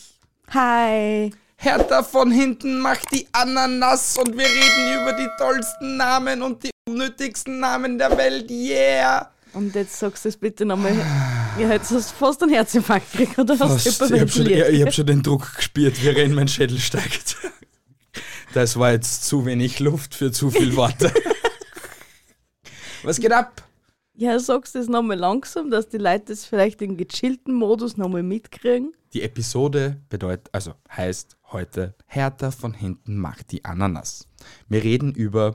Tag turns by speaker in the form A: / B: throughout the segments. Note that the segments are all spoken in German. A: Hi.
B: Hertha von hinten macht die Ananas und wir reden über die tollsten Namen und die unnötigsten Namen der Welt. Yeah.
A: Und jetzt sagst du es bitte nochmal. Ja, jetzt hast du fast einen Herzinfarkt gekriegt oder hast
B: Fast. Ich habe schon,
A: hyperventiliert?
B: ich hab schon den Druck gespürt, wie rein mein Schädel steigt. Das war jetzt zu wenig Luft für zu viel Worte. Was geht ab?
A: Ja, sagst du es nochmal langsam, dass die Leute das vielleicht im gechillten Modus nochmal mitkriegen?
B: Die Episode bedeutet, also heißt heute Hertha von hinten macht die Ananas. Wir reden über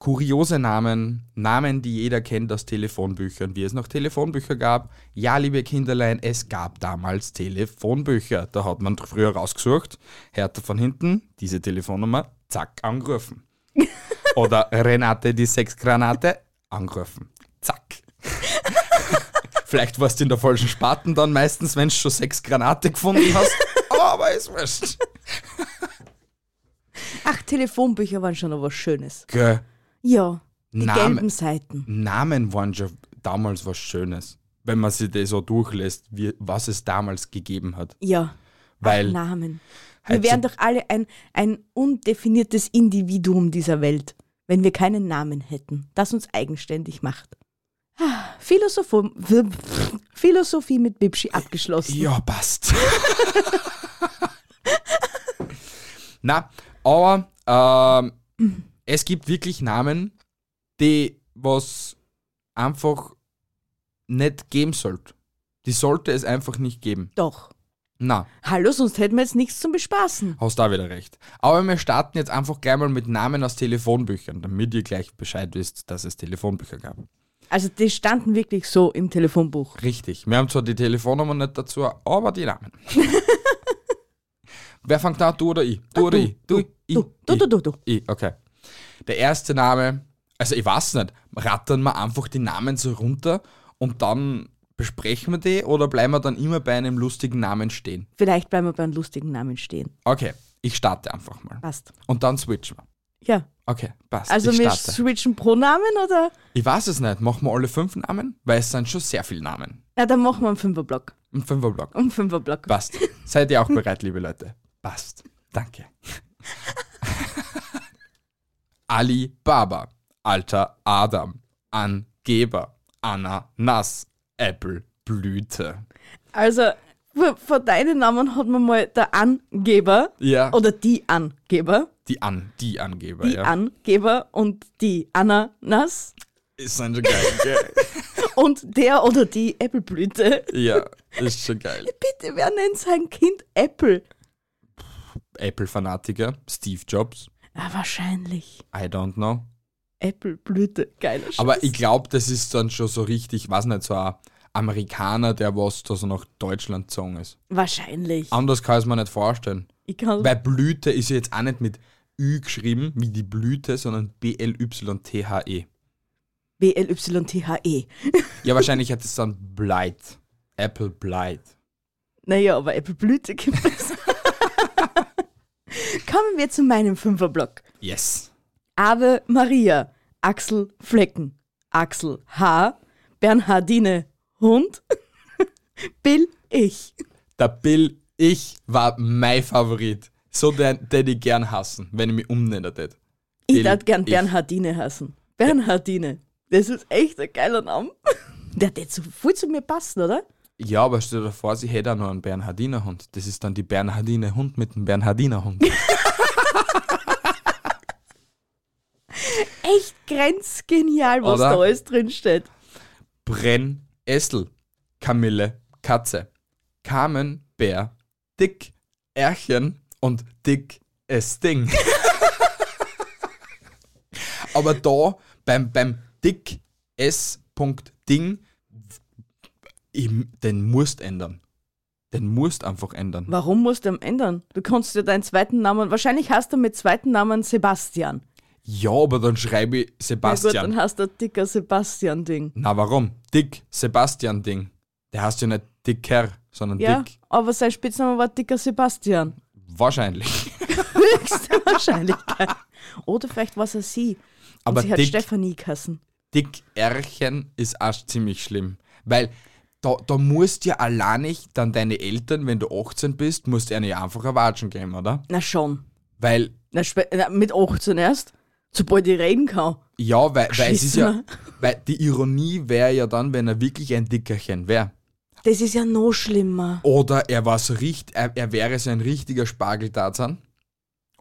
B: kuriose Namen, Namen, die jeder kennt aus Telefonbüchern, wie es noch Telefonbücher gab. Ja, liebe Kinderlein, es gab damals Telefonbücher. Da hat man früher rausgesucht, Hertha von hinten, diese Telefonnummer, zack, angerufen. Oder Renate die Sexgranate, angerufen, zack. Vielleicht warst du in der falschen Spaten dann meistens, wenn du schon sechs Granate gefunden hast. Aber ist wurscht.
A: Ach, Telefonbücher waren schon noch was Schönes.
B: Gell.
A: Ja, die
B: Name-
A: gelben Seiten.
B: Namen waren schon damals was Schönes, wenn man sich das so durchlässt, wie, was es damals gegeben hat.
A: Ja,
B: Weil
A: Namen.
B: heutzu-
A: Wir wären doch alle ein, ein undefiniertes Individuum dieser Welt, wenn wir keinen Namen hätten, das uns eigenständig macht. Ah, Philosopho Philosophie mit Bibschi abgeschlossen.
B: Ja, passt. Na, aber ähm, es gibt wirklich Namen, die was einfach nicht geben sollte. Die sollte es einfach nicht geben.
A: Doch.
B: Na,
A: Hallo, sonst hätten wir jetzt nichts zum Bespaßen.
B: hast da wieder recht. Aber wir starten jetzt einfach gleich mal mit Namen aus Telefonbüchern, damit ihr gleich Bescheid wisst, dass es Telefonbücher gab.
A: Also die standen wirklich so im Telefonbuch.
B: Richtig. Wir haben zwar die Telefonnummer nicht dazu, aber die Namen. Wer fängt an? Du oder ich? Du oder ich? Du, ich,
A: Ah, Du, du,
B: ich,
A: du, du, du.
B: Ich, okay. Der erste Name, also ich weiß nicht, rattern wir einfach die Namen so runter und dann besprechen wir die oder bleiben wir dann immer bei einem lustigen Namen stehen?
A: Vielleicht bleiben wir bei einem lustigen Namen stehen.
B: Okay, ich starte einfach mal.
A: Passt.
B: Und dann switchen wir.
A: Ja.
B: Okay, passt.
A: Also
B: ich
A: wir
B: starte.
A: switchen pro Namen oder?
B: Ich weiß es nicht, machen wir alle fünf Namen? Weil es sind schon sehr viele Namen.
A: Na, dann machen wir einen Fünferblock.
B: Ein Fünferblock.
A: Einen Fünferblock.
B: Passt. Seid ihr auch bereit, liebe Leute? Passt. Danke. Ali Baba, alter Adam, Angeber, Ananas, Apple, Blüte.
A: Also, vor- vor deinen Namen hat man mal der Angeber
B: Ja,
A: oder die Angeber,
B: die An, die Angeber,
A: die
B: ja.
A: Angeber und die Ananas
B: ist schon geil, gell?
A: und der oder die Äppelblüte.
B: ja, ist schon geil.
A: Bitte, wer nennt sein Kind Apple?
B: Apple-Fanatiker, Steve Jobs,
A: Ah, wahrscheinlich.
B: I don't know.
A: Äppelblüte, geiler Scheiß.
B: Aber ich glaube, das ist dann schon so richtig, weiß nicht, so ein Amerikaner, der was da so nach Deutschland gezogen ist.
A: wahrscheinlich.
B: Anders kann ich es mir nicht vorstellen.
A: Ich kann,
B: Weil Blüte ist ja jetzt auch nicht mit Ü geschrieben, wie die Blüte, sondern B-L-Y-T-H-E.
A: B-L-Y-T-H-E.
B: E. Ja, wahrscheinlich hat es dann Blight. Apple Blight.
A: Naja, aber Äppelblüte gibt es. Kommen wir zu meinem Fünferblock.
B: Yes.
A: Ave Maria, Axel Flecken, Axel H, Bernhardine Hund, Bill ich.
B: Der Bill, ich war mein Favorit. So den, den ich gern hassen, wenn ich mich umnennen tät.
A: Ich
B: Bill-
A: darf gern
B: ich-
A: Bernhardine hassen. Bernhardine. Das ist echt ein geiler Name. Der hätte so viel zu mir passen, oder?
B: Ja, aber stell dir vor, sie hätte auch noch einen Bernhardinerhund. Das ist dann die Bernhardinerhund mit dem Bernhardinerhund.
A: Echt grenzgenial, was
B: Oder?
A: da alles drin steht.
B: Brenn, Essel, Kamille, Katze, Carmen, Bär, Dick, Ärchen und Dick, es Ding. Aber da beim, beim Dick, S. Punkt Ding, eben, den musst ändern. Den musst einfach ändern.
A: Warum musst du ihn ändern? Du kannst dir deinen zweiten Namen, wahrscheinlich hast du mit zweiten Namen Sebastian.
B: Ja, aber dann schreibe ich
A: Na gut,
B: Sebastian.
A: dann hast du ein dicker Sebastian-Ding.
B: Na warum? Dick, Sebastian Ding. Der heißt ja nicht Dicker, sondern
A: Ja,
B: Dick.
A: aber sein Spitzname war dicker Sebastian.
B: Wahrscheinlich.
A: Höchste Wahrscheinlichkeit. Oder vielleicht war es eine sie.
B: Aber
A: und sie hat
B: dick-
A: Stefanie kassen.
B: Dickärchen ist auch ziemlich schlimm. Weil da, da musst ja alleinig dann deine Eltern, wenn du 18 bist, musst du eine einfach eine Watschen geben, oder?
A: Na schon.
B: Weil,
A: Na, spä- na, mit 18 erst. Sobald ich reden kann.
B: ja, weil, weil es ist ja,
A: Geschissen.
B: weil die Ironie wäre ja dann, wenn er wirklich ein Dickerchen wäre.
A: Das ist ja noch schlimmer.
B: Oder er war so richt, er, er wäre so ein richtiger Spargeltarzan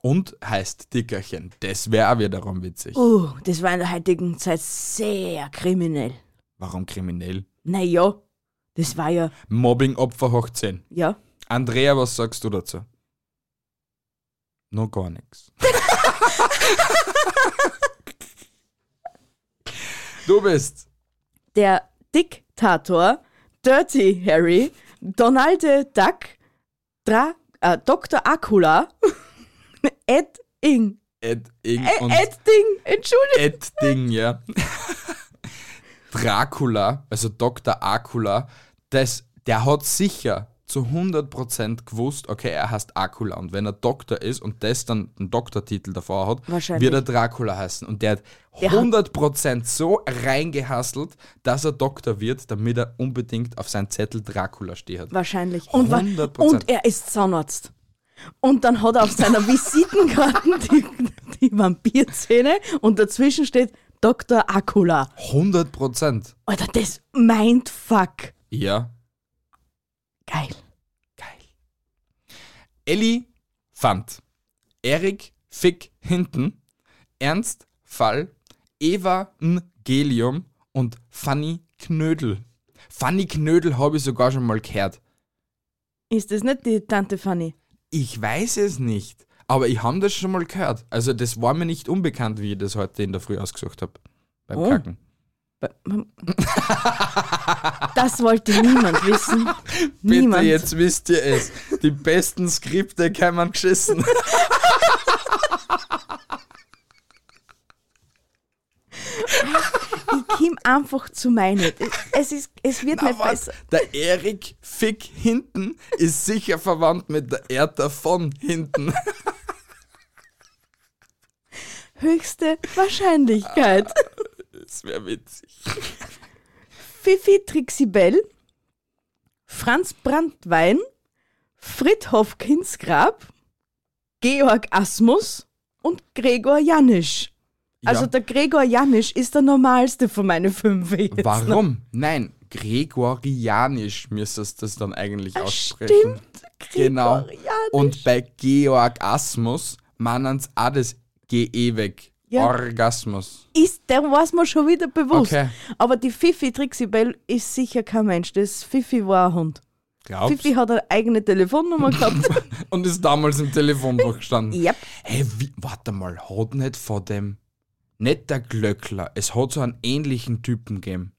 B: und heißt Dickerchen. Das wäre auch wiederum witzig.
A: Uh, das war in der heutigen Zeit sehr kriminell.
B: Warum kriminell?
A: Naja, das war ja,
B: Mobbing-Opfer hoch 10.
A: ja.
B: Andrea, was sagst du dazu? Noch gar nichts. Du bist
A: Der Diktator, Dirty Harry, Donalde Duck, Dra äh, Dr. Akula, Ed Ing.
B: Ed Ing
A: Ä-
B: und
A: Ed Ding, entschuldige.
B: Ed Ding, ja. Dracula, also Dr. Akula, das, der hat sicher zu 100% gewusst, okay, er heißt Akula und wenn er Doktor ist und das dann einen Doktortitel davor hat,
A: Wahrscheinlich.
B: wird er Dracula heißen. Und der hat
A: Der hat-
B: 100% so reingehasselt, dass er Doktor wird, damit er unbedingt auf seinem Zettel Dracula steht. hat.
A: Wahrscheinlich. Und, wa-
B: 100%.
A: und er ist Zahnarzt. Und dann hat er auf seiner Visitenkarte die, die Vampirzähne und dazwischen steht Dr. Akula.
B: 100%.
A: Alter, das Mindfuck.
B: Ja,
A: Geil.
B: Geil. Elli Fand. Erik Fick hinten. Ernst Fall. Eva N. Gelium und Fanny Knödel. Fanny Knödel habe ich sogar schon mal gehört.
A: Ist das nicht die Tante Fanny?
B: Ich weiß es nicht, aber ich habe das schon mal gehört. Also das war mir nicht unbekannt, wie ich das heute in der Früh ausgesucht habe. Beim
A: Oh.
B: Kacken.
A: Das wollte niemand wissen.
B: Bitte,
A: niemand.
B: jetzt wisst ihr es. Die besten Skripte kann man geschissen.
A: Ich komme einfach zu meinen. Es, ist, es wird nicht
B: Na was?
A: besser.
B: Der Erik Fick hinten ist sicher verwandt mit der Erta von hinten.
A: Höchste Wahrscheinlichkeit.
B: Das wäre witzig.
A: Fifi Trixie Bell, Franz Brandwein, Frithof Kinsgrab, Georg Asmus und Gregor Janisch. Also
B: Ja.
A: der Gregor Janisch ist der normalste von meinen fünf. Jetzt.
B: Warum? Nein, Gregorianisch müsstest du das dann eigentlich aussprechen.
A: Ah, Stimmt, Gregor
B: Genau.
A: Janisch.
B: Und bei Georg Asmus mannen's auch das GE weg.
A: Ja.
B: Orgasmus.
A: ist, der war es mir schon wieder bewusst.
B: Okay.
A: Aber die Fifi Trixie Bell ist sicher kein Mensch. Das Fifi war ein Hund.
B: Glaubst
A: Fifi hat eine eigene Telefonnummer gehabt.
B: Und ist damals im Telefonbuch gestanden.
A: Yep.
B: Hey, wie, warte mal, hat nicht von dem, nicht der Glöckler, es hat so einen ähnlichen Typen gegeben.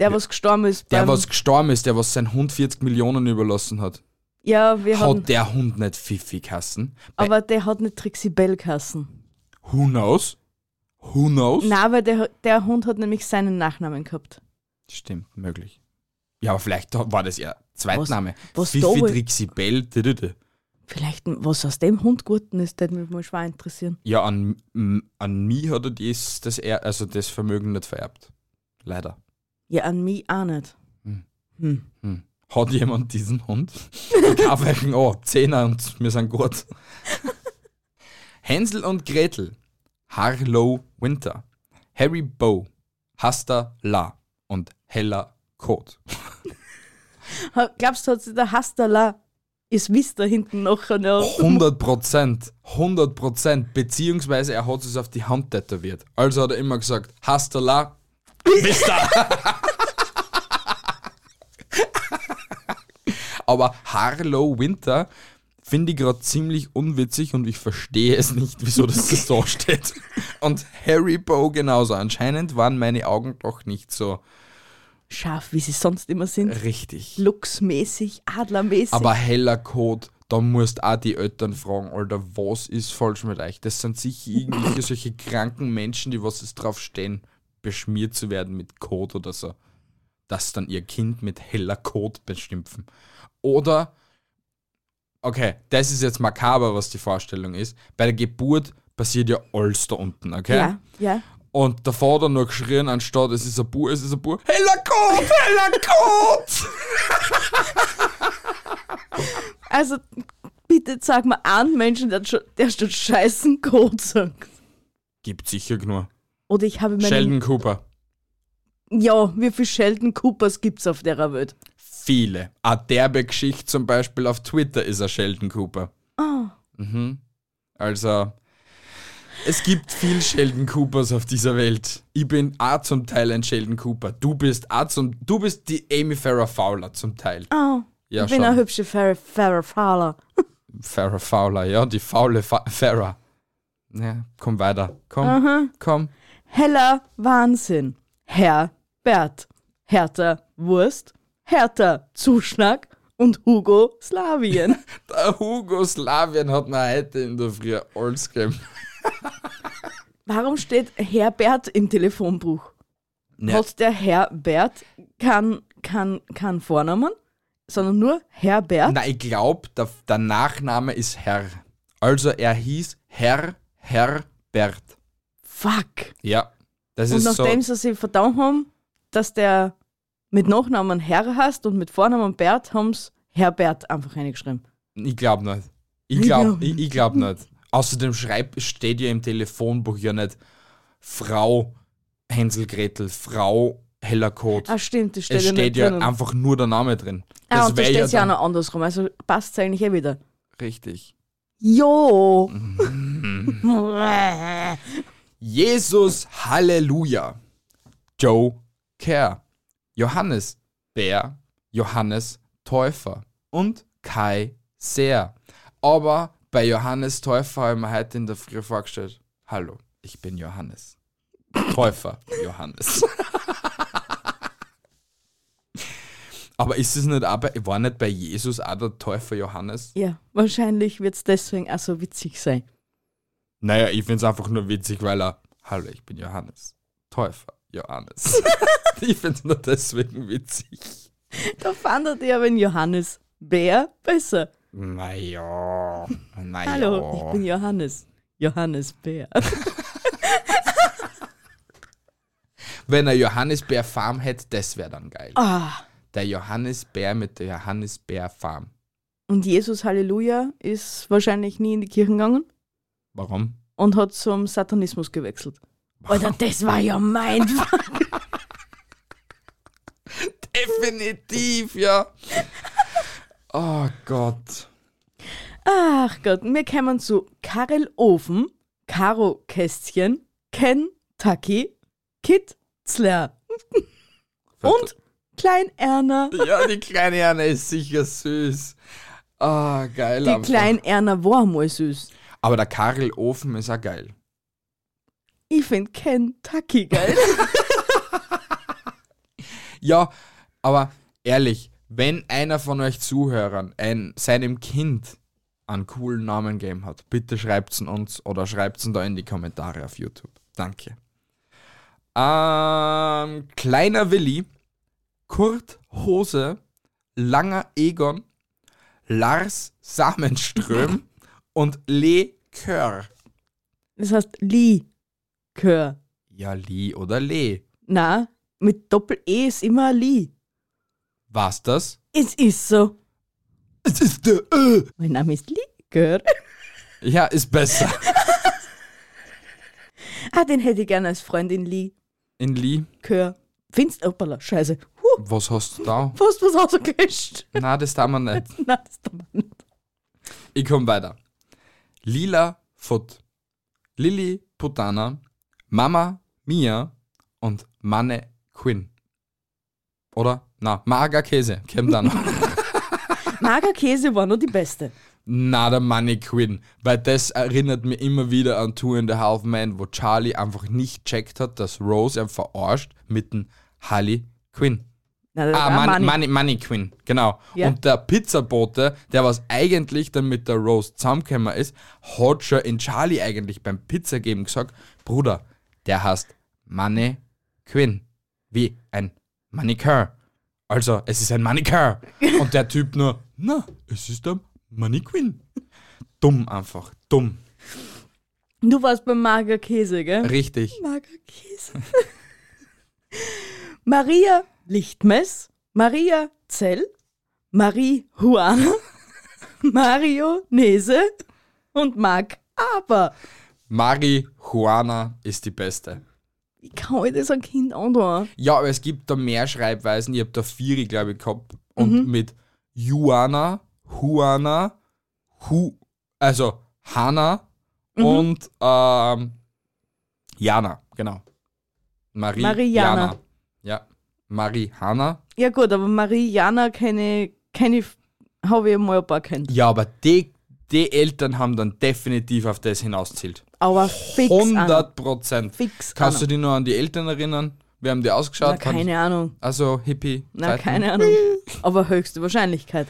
A: Der, was gestorben ist.
B: Der,
A: beim-
B: was gestorben ist, der, was seinen Hund 40 Millionen überlassen hat.
A: ja, wir haben,
B: Hat der Hund nicht Fifi kassen?
A: aber der hat nicht Trixie Bell kassen.
B: Who knows? Who knows?
A: Nein, weil der, der Hund hat nämlich seinen Nachnamen gehabt.
B: Stimmt, möglich. Ja, aber vielleicht war das ja Zweitname.
A: was da
B: Fifi
A: wohl-
B: Trixie Bell. dödödö.
A: Vielleicht, was aus dem Hund guten ist, das würde mich mal schwer interessieren.
B: Ja, an, m- an mich hat er das, das, er, also das Vermögen nicht vererbt. Leider.
A: Ja, an mich auch nicht. Hm.
B: Hm. Hat jemand diesen Hund? Ich kann oh, welchen an. Zehner und wir sind gut. Hänsel und Gretel. Harlow Winter, Harry Bow, Hasta La und Hella Code.
A: Ha- Glaubst du, der Hastala ist Mist da hinten nachher noch?
B: 100 Prozent, 100 Prozent, beziehungsweise er hat es auf die Hand tätowiert. Also hat er immer gesagt, Hasta La,
C: Mister!
B: aber Harlow Winter finde ich gerade ziemlich unwitzig und ich verstehe es nicht, wieso das so da steht. Und Harry Bow genauso. Anscheinend waren meine Augen doch nicht so
A: Scharf, wie sie sonst immer sind.
B: richtig.
A: Luchsmäßig, adlermäßig.
B: Äh. Aber heller Code, da musst auch die Eltern fragen, Alter, was ist falsch mit euch? Das sind sicher irgendwelche solche kranken Menschen, die was es drauf stehen, beschmiert zu werden mit Code oder so. Dass dann ihr Kind mit heller Code beschimpfen. Oder, okay, das ist jetzt makaber, was die Vorstellung ist. Bei der Geburt passiert ja alles da unten, okay?
A: ja, ja.
B: Und der Vater nur geschrien, anstatt es ist ein Bub, es ist ein Bub. Heller Code, heller Code!
A: Also, bitte sag mal einen Menschen, der, schon- der schon scheißen Code sagt.
B: Gibt sicher genug.
A: Oder ich habe meinen.
B: Sheldon Cooper.
A: Ja, wie viel Sheldon Coopers gibt's auf der Welt?
B: Viele. A derbe Geschichte zum Beispiel auf Twitter ist er Sheldon Cooper. Mhm.
A: Oh.
B: Also, es gibt viel Sheldon Coopers auf dieser Welt. Ich bin auch zum Teil ein Sheldon Cooper. Du bist auch zum, du bist die Amy Farrah Fowler zum Teil.
A: Oh.
B: Ja,
A: ich bin
B: schon.
A: eine hübsche Farrah Farrah Fowler.
B: Farrah Fowler, ja, die faule Fa Farrah. Ja, komm weiter. Komm, komm.
A: Heller Wahnsinn. Herr Bert. Härter Wurst. Härter Zuschnack. Und Hugo Slavien.
B: Der Hugoslawien hat mir heute in der Früh alles gegeben.
A: Warum steht Herbert im Telefonbuch?
B: Ja.
A: Hat der Herbert keinen kein, kein Vornamen, sondern nur Herbert?
B: Na, ich glaube, der, der Nachname ist Herr. Also er hieß Herr Herbert.
A: Fuck.
B: Ja. Das
A: Und
B: ist so.
A: nachdem sie sich verdammt haben, dass der mit Nachnamen Herr heißt und mit Vornamen Bert, haben sie Herbert einfach reingeschrieben.
B: Ich glaube nicht. Ich
A: Ich glaub
B: glaube ich, ich glaub nicht. Außerdem schreibt, steht ja im Telefonbuch ja nicht Frau Hänsel Gretel, Frau Hellerkot.
A: Ah, stimmt, das steht
B: Es
A: ja
B: steht
A: nicht
B: ja
A: drinnen.
B: einfach nur der Name drin.
A: ah, und da
B: wär
A: steht ja auch
B: dann-
A: noch andersrum, also passt es eigentlich eh wieder.
B: Richtig.
A: Jo!
B: Mhm. Jesus, Halleluja. Joe Kerr, Johannes Bär, Johannes Täufer und Kai Seer. Aber bei Johannes Täufer habe ich mir heute in der Früh vorgestellt, hallo, ich bin Johannes. Täufer Johannes. Aber ist es nicht auch bei, war nicht bei Jesus auch der Täufer Johannes?
A: ja, wahrscheinlich wird es deswegen auch so witzig sein.
B: Naja, ich find's einfach nur witzig, weil er, hallo, ich bin Johannes. Täufer, Johannes. ich find's nur deswegen witzig.
A: Da fandet ihr aber in Johannes Bär besser.
B: Naja, naja.
A: Hallo, ich bin Johannes. Johannes Bär.
B: Wenn er Johannisbär Farm hätte, das wäre dann geil.
A: Ah.
B: Der Johannisbär mit der Johannisbär Farm.
A: Und Jesus Halleluja ist wahrscheinlich nie in die Kirche gegangen
B: Warum?
A: und hat zum Satanismus gewechselt. Alter, das war ja mein.
B: Definitiv, ja. Oh Gott.
A: Ach Gott, wir kommen zu Karel Ofen, Karo Kästchen, Ken Taki, Kit Zler und Klein Erna.
B: Ja, die kleine Anne ist sicher süß. Ah, geil.
A: Die
B: einfach.
A: Klein Erna war mal süß.
B: Aber der Karel Ofen ist auch geil.
A: Ich finde Ken Taki geil.
B: Ja, aber ehrlich, wenn einer von euch Zuhörern ein, seinem Kind einen coolen Namen gegeben hat, bitte schreibt's ihn uns oder schreibt's ihn da in die Kommentare auf YouTube. Danke. Ähm, kleiner Willi, Kurt Hose, Langer Egon, Lars Samenström und Le Kör.
A: Das heißt Lee Kör.
B: Ja, Li oder Le.
A: Na, mit Doppel-E ist immer Lee.
B: War's das?
A: Es ist so.
B: Es ist der äh.
A: Mein Name ist Lee Kör.
B: Ja, ist besser.
A: Ah, den hätte ich gerne als Freundin Lee
B: In Lee,
A: gehört. Findest Hoppala, scheiße. Huh,
B: was hast du da?
A: fast was rausgelöscht.
B: Na, das darf man nicht.
A: Nein, das ist der Mann.
B: Ich komme weiter. Lila Foot, Lily Putana, Mama Mia und Manne Quinn. Oder? Na, Mager Käse. Käm da noch.
A: Magerkäse war noch die beste.
B: Na, der Manne Quinn. Weil das erinnert mir immer wieder an Two and a Half Men, wo Charlie einfach nicht checkt hat, dass Rose ihn verarscht mit dem Harley Quinn.
A: Na, das
B: Ah, Money,
A: war Manni.
B: Money, Money Queen, genau.
A: Ja.
B: Und der Pizzabote, der was eigentlich dann mit der Rose zusammengekommen ist, hat schon in Charlie eigentlich beim Pizzageben gesagt, Bruder, der heißt Money Queen. Wie ein Manicure. Also, es ist ein Manicure. Und der Typ nur, na, es ist der Money Queen. Dumm einfach, dumm.
A: Du warst beim Magerkäse, gell?
B: Richtig.
A: Magerkäse. Maria Lichtmess, Maria Zell, Marie Juana, Mario Nese und Marc Aber.
B: Marihuana ist die beste.
A: Wie kann ich das ein Kind antun?
B: Ja, aber es gibt da mehr Schreibweisen. Ich habe da vier, glaube ich, gehabt. Und mit Juana, Juana, Hu, also Hanna und ähm, Jana, genau. Marie,
A: Mariana.
B: Jana. Ja, Mariana.
A: Ja gut, aber Mariana kenne kenne ich, habe ich mal ein paar kennt.
B: Ja, aber die, die Eltern haben dann definitiv auf das hinauszielt.
A: Aber fix einer.
B: 100 Prozent.
A: Fix
B: Kannst
A: einer.
B: du dich noch an die Eltern erinnern? Wie haben die ausgeschaut?
A: Na, keine Ahnung.
B: Also Hippie.
A: Na, keine Ahnung. Aber höchste Wahrscheinlichkeit.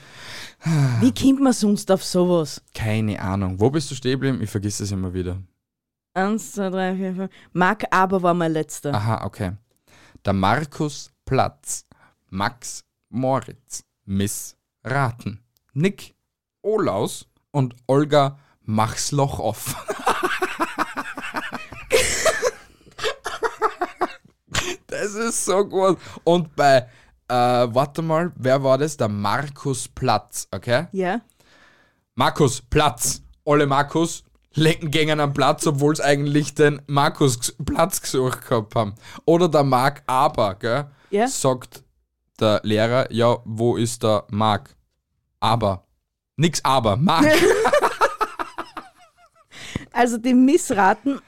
A: Wie kommt man sonst auf sowas?
B: Keine Ahnung. Wo bist du stehen geblieben? Ich vergiss das immer wieder.
A: Eins, zwei, drei, vier, fünf. Marc Aber war mein letzter.
B: Aha, okay. Der Markus Platz, Max Moritz, Miss Raten, Nick Olaus und Olga Mach's Loch auf. das ist so gut. Und bei, äh, warte mal, wer war das? Der Markus Platz, okay?
A: Ja?
B: Markus, Platz. Alle Markus lenken gängen am Platz, obwohl es eigentlich den Markus gs- Platz gesucht gehabt haben. Oder der Mark Aber, gell?
A: Ja.
B: Sagt der Lehrer, ja, wo ist der Mark? Aber. Nix aber, Mark.
A: Also die Missraten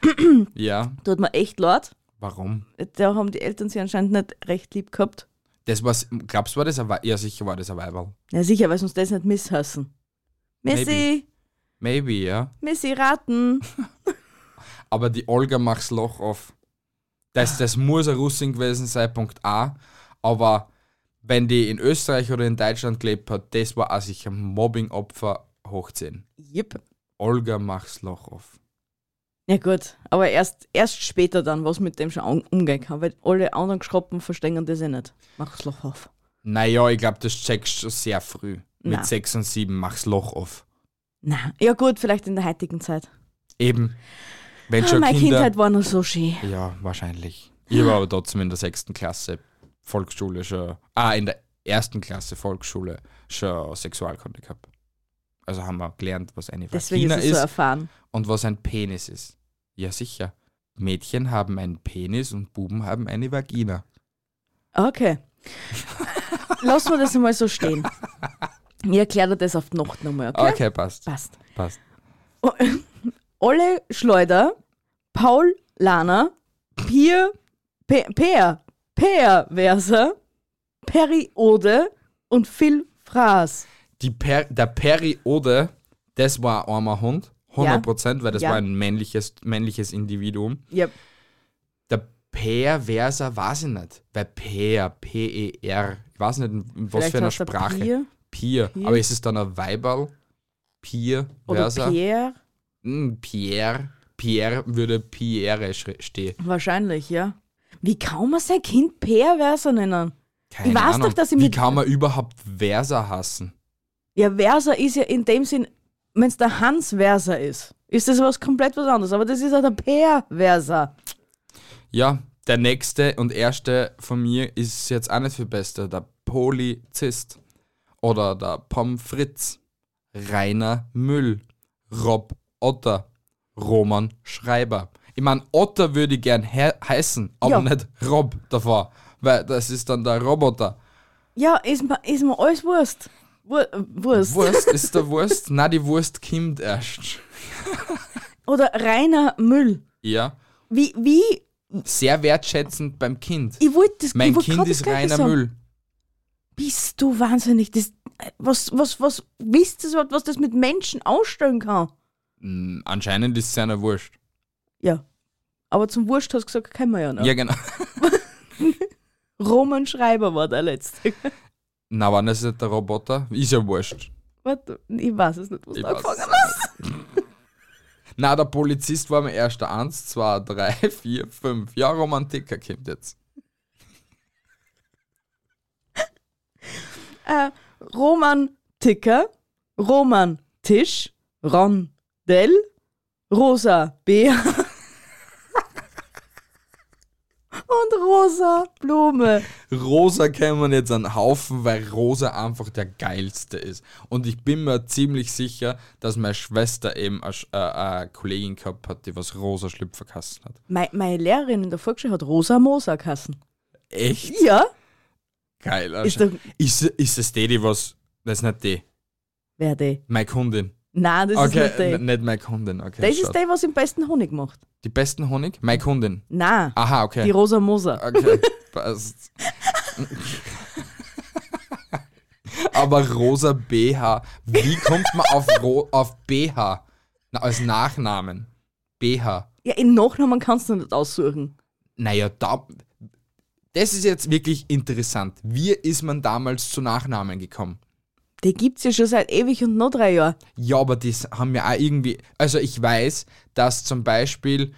B: ja.
A: tut mir echt leid.
B: Warum?
A: Da haben die Eltern sie anscheinend nicht recht lieb gehabt.
B: Das was, glaubst du, war das ein Wei- Ja, sicher war das ein Weiberl.
A: Ja sicher, weil sonst das nicht misshassen. Missy,
B: Maybe, ja.
A: Missy Raten.
B: Aber die Olga macht's Loch auf. Das, das muss ein Russin gewesen sein, Punkt A. Aber wenn die in Österreich oder in Deutschland gelebt hat, das war auch sicher Mobbing-Opfer hochziehen.
A: Yep.
B: Olga macht's Loch auf.
A: Ja gut, aber erst, erst später dann, was mit dem schon an- umgehen kann, weil alle anderen Schroppen verstehen das eh nicht. Mach's Loch auf.
B: Naja, ich glaube, das checkst du schon sehr früh.
A: Na.
B: Mit 6 und 7 mach's Loch auf.
A: Na, ja gut, vielleicht in der heutigen Zeit.
B: Eben. Wenn
A: Ah,
B: schon
A: meine
B: Kinder.
A: Kindheit war noch so schön.
B: Ja, wahrscheinlich. Ich war aber trotzdem in der sechsten Klasse Volksschule schon. Ah, in der ersten Klasse Volksschule schon Sexualkunde gehabt. Also haben wir gelernt, was eine
A: Deswegen
B: Vagina
A: ist
B: ist,
A: es so erfahren.
B: und was ein Penis ist. Ja, sicher. Mädchen haben einen Penis und Buben haben eine Vagina.
A: Okay. Lassen wir das einmal so stehen. Ich erkläre dir das auf die Nacht nochmal, okay?
B: Okay, passt.
A: Passt.
B: Passt.
A: Olle Schleuder, Paul Lana, Pier, Pe- Peer, Peer Verser, Periode und Phil Fraß.
B: Die per der Periode, das war ein armer Hund. 100 Prozent, weil das
A: Ja.
B: war ein männliches, männliches Individuum.
A: Yep.
B: der Perverser weiß ich nicht. Weil Per, P-E-R, ich weiß nicht, in was
A: Vielleicht
B: für einer
A: heißt er
B: Sprache. Pier.
A: Pier Pier.
B: Aber ist es dann ein Weiberl? Pier,
A: oder
B: Verser?
A: Pierre.
B: Hm, Pierre. Pierre würde Pierre schre- stehen.
A: Wahrscheinlich, ja. Wie kann man sein Kind Peer Verser nennen?
B: Keine
A: Ich weiß
B: Ahnung.
A: doch, dass ich
B: Wie
A: mit-
B: kann man überhaupt Verser hassen?
A: Ja, Verser ist ja in dem Sinn, wenn es der Hans Verser ist, ist das was komplett was anderes. Aber das ist ja der Peer Verser.
B: Ja, der nächste und erste von mir ist jetzt auch nicht viel besser. Der Polizist. Oder der Pommes Fritz. Rainer Müll. Rob Otter. Roman Schreiber. Ich meine, Otter würde ich gern he heißen, aber
A: Ja.
B: nicht Rob davor, weil das ist dann der Roboter.
A: Ja, ist mir, ist mir alles Wurst. Wur, äh, Wurst.
B: Wurst ist der Wurst? Na, die Wurst kommt erst.
A: Oder reiner Müll.
B: Ja.
A: Wie, wie,
B: Sehr wertschätzend beim Kind.
A: ich wollte das ich
B: Mein
A: wollt
B: Kind
A: grad das
B: ist
A: Gleiche
B: reiner
A: sagen.
B: Müll.
A: Bist du wahnsinnig? Das, äh, was, was, was, wisst ihr überhaupt, was das mit Menschen ausstellen kann?
B: Mm, Anscheinend ist es einer Wurst.
A: Ja. Aber zum Wurst hast du gesagt, kennen wir ja noch.
B: Ja, genau.
A: Roman Schreiber war der Letzte.
B: Na, wann ist nicht der Roboter? Ist ja Wurst.
A: Warte, ich weiß es nicht, was
B: Ich
A: du
B: weiß
A: angefangen
B: es
A: hast.
B: Na, der Polizist war mir erst der 1, 2, 3, 4, 5. Ja, Romantiker kommt jetzt.
A: Äh, Roman Ticker, Roman Tisch, Ron Dell, Rosa Bär und Rosa Blume.
B: Rosa kann man jetzt einen Haufen, weil Rosa einfach der geilste ist. Und ich bin mir ziemlich sicher, dass meine Schwester eben eine, Sch- äh, eine Kollegin gehabt hat, die was Rosa Schlüpfer kassen hat.
A: Mei, meine Lehrerin in der Volksschule hat Rosa Moser kassen.
B: Echt
A: Ja?
B: geil.
A: Ist
B: anscheinend. Ist, ist es die, die was. Das ist nicht die.
A: Wer die?
B: Meine Kundin.
A: Nein, das
B: okay,
A: ist nicht
B: n-
A: die.
B: nicht meine Kundin. Okay,
A: Das ist
B: schade.
A: der, was im besten Honig macht.
B: Die besten Honig? Meine Kundin.
A: Nein,
B: Aha, Ah, okay. Ah.
A: die Rosa Moser.
B: Okay, passt. Aber rosa BH. Wie kommt man auf, Ro auf BH? Na, als Nachnamen. BH.
A: Ja, in Nachnamen kannst du nicht aussuchen.
B: Naja, da. Das ist jetzt wirklich interessant. Wie ist man damals zu Nachnamen gekommen?
A: Die gibt's ja schon seit ewig und noch drei Jahren.
B: Ja, aber das haben wir auch irgendwie. Also ich weiß, dass zum Beispiel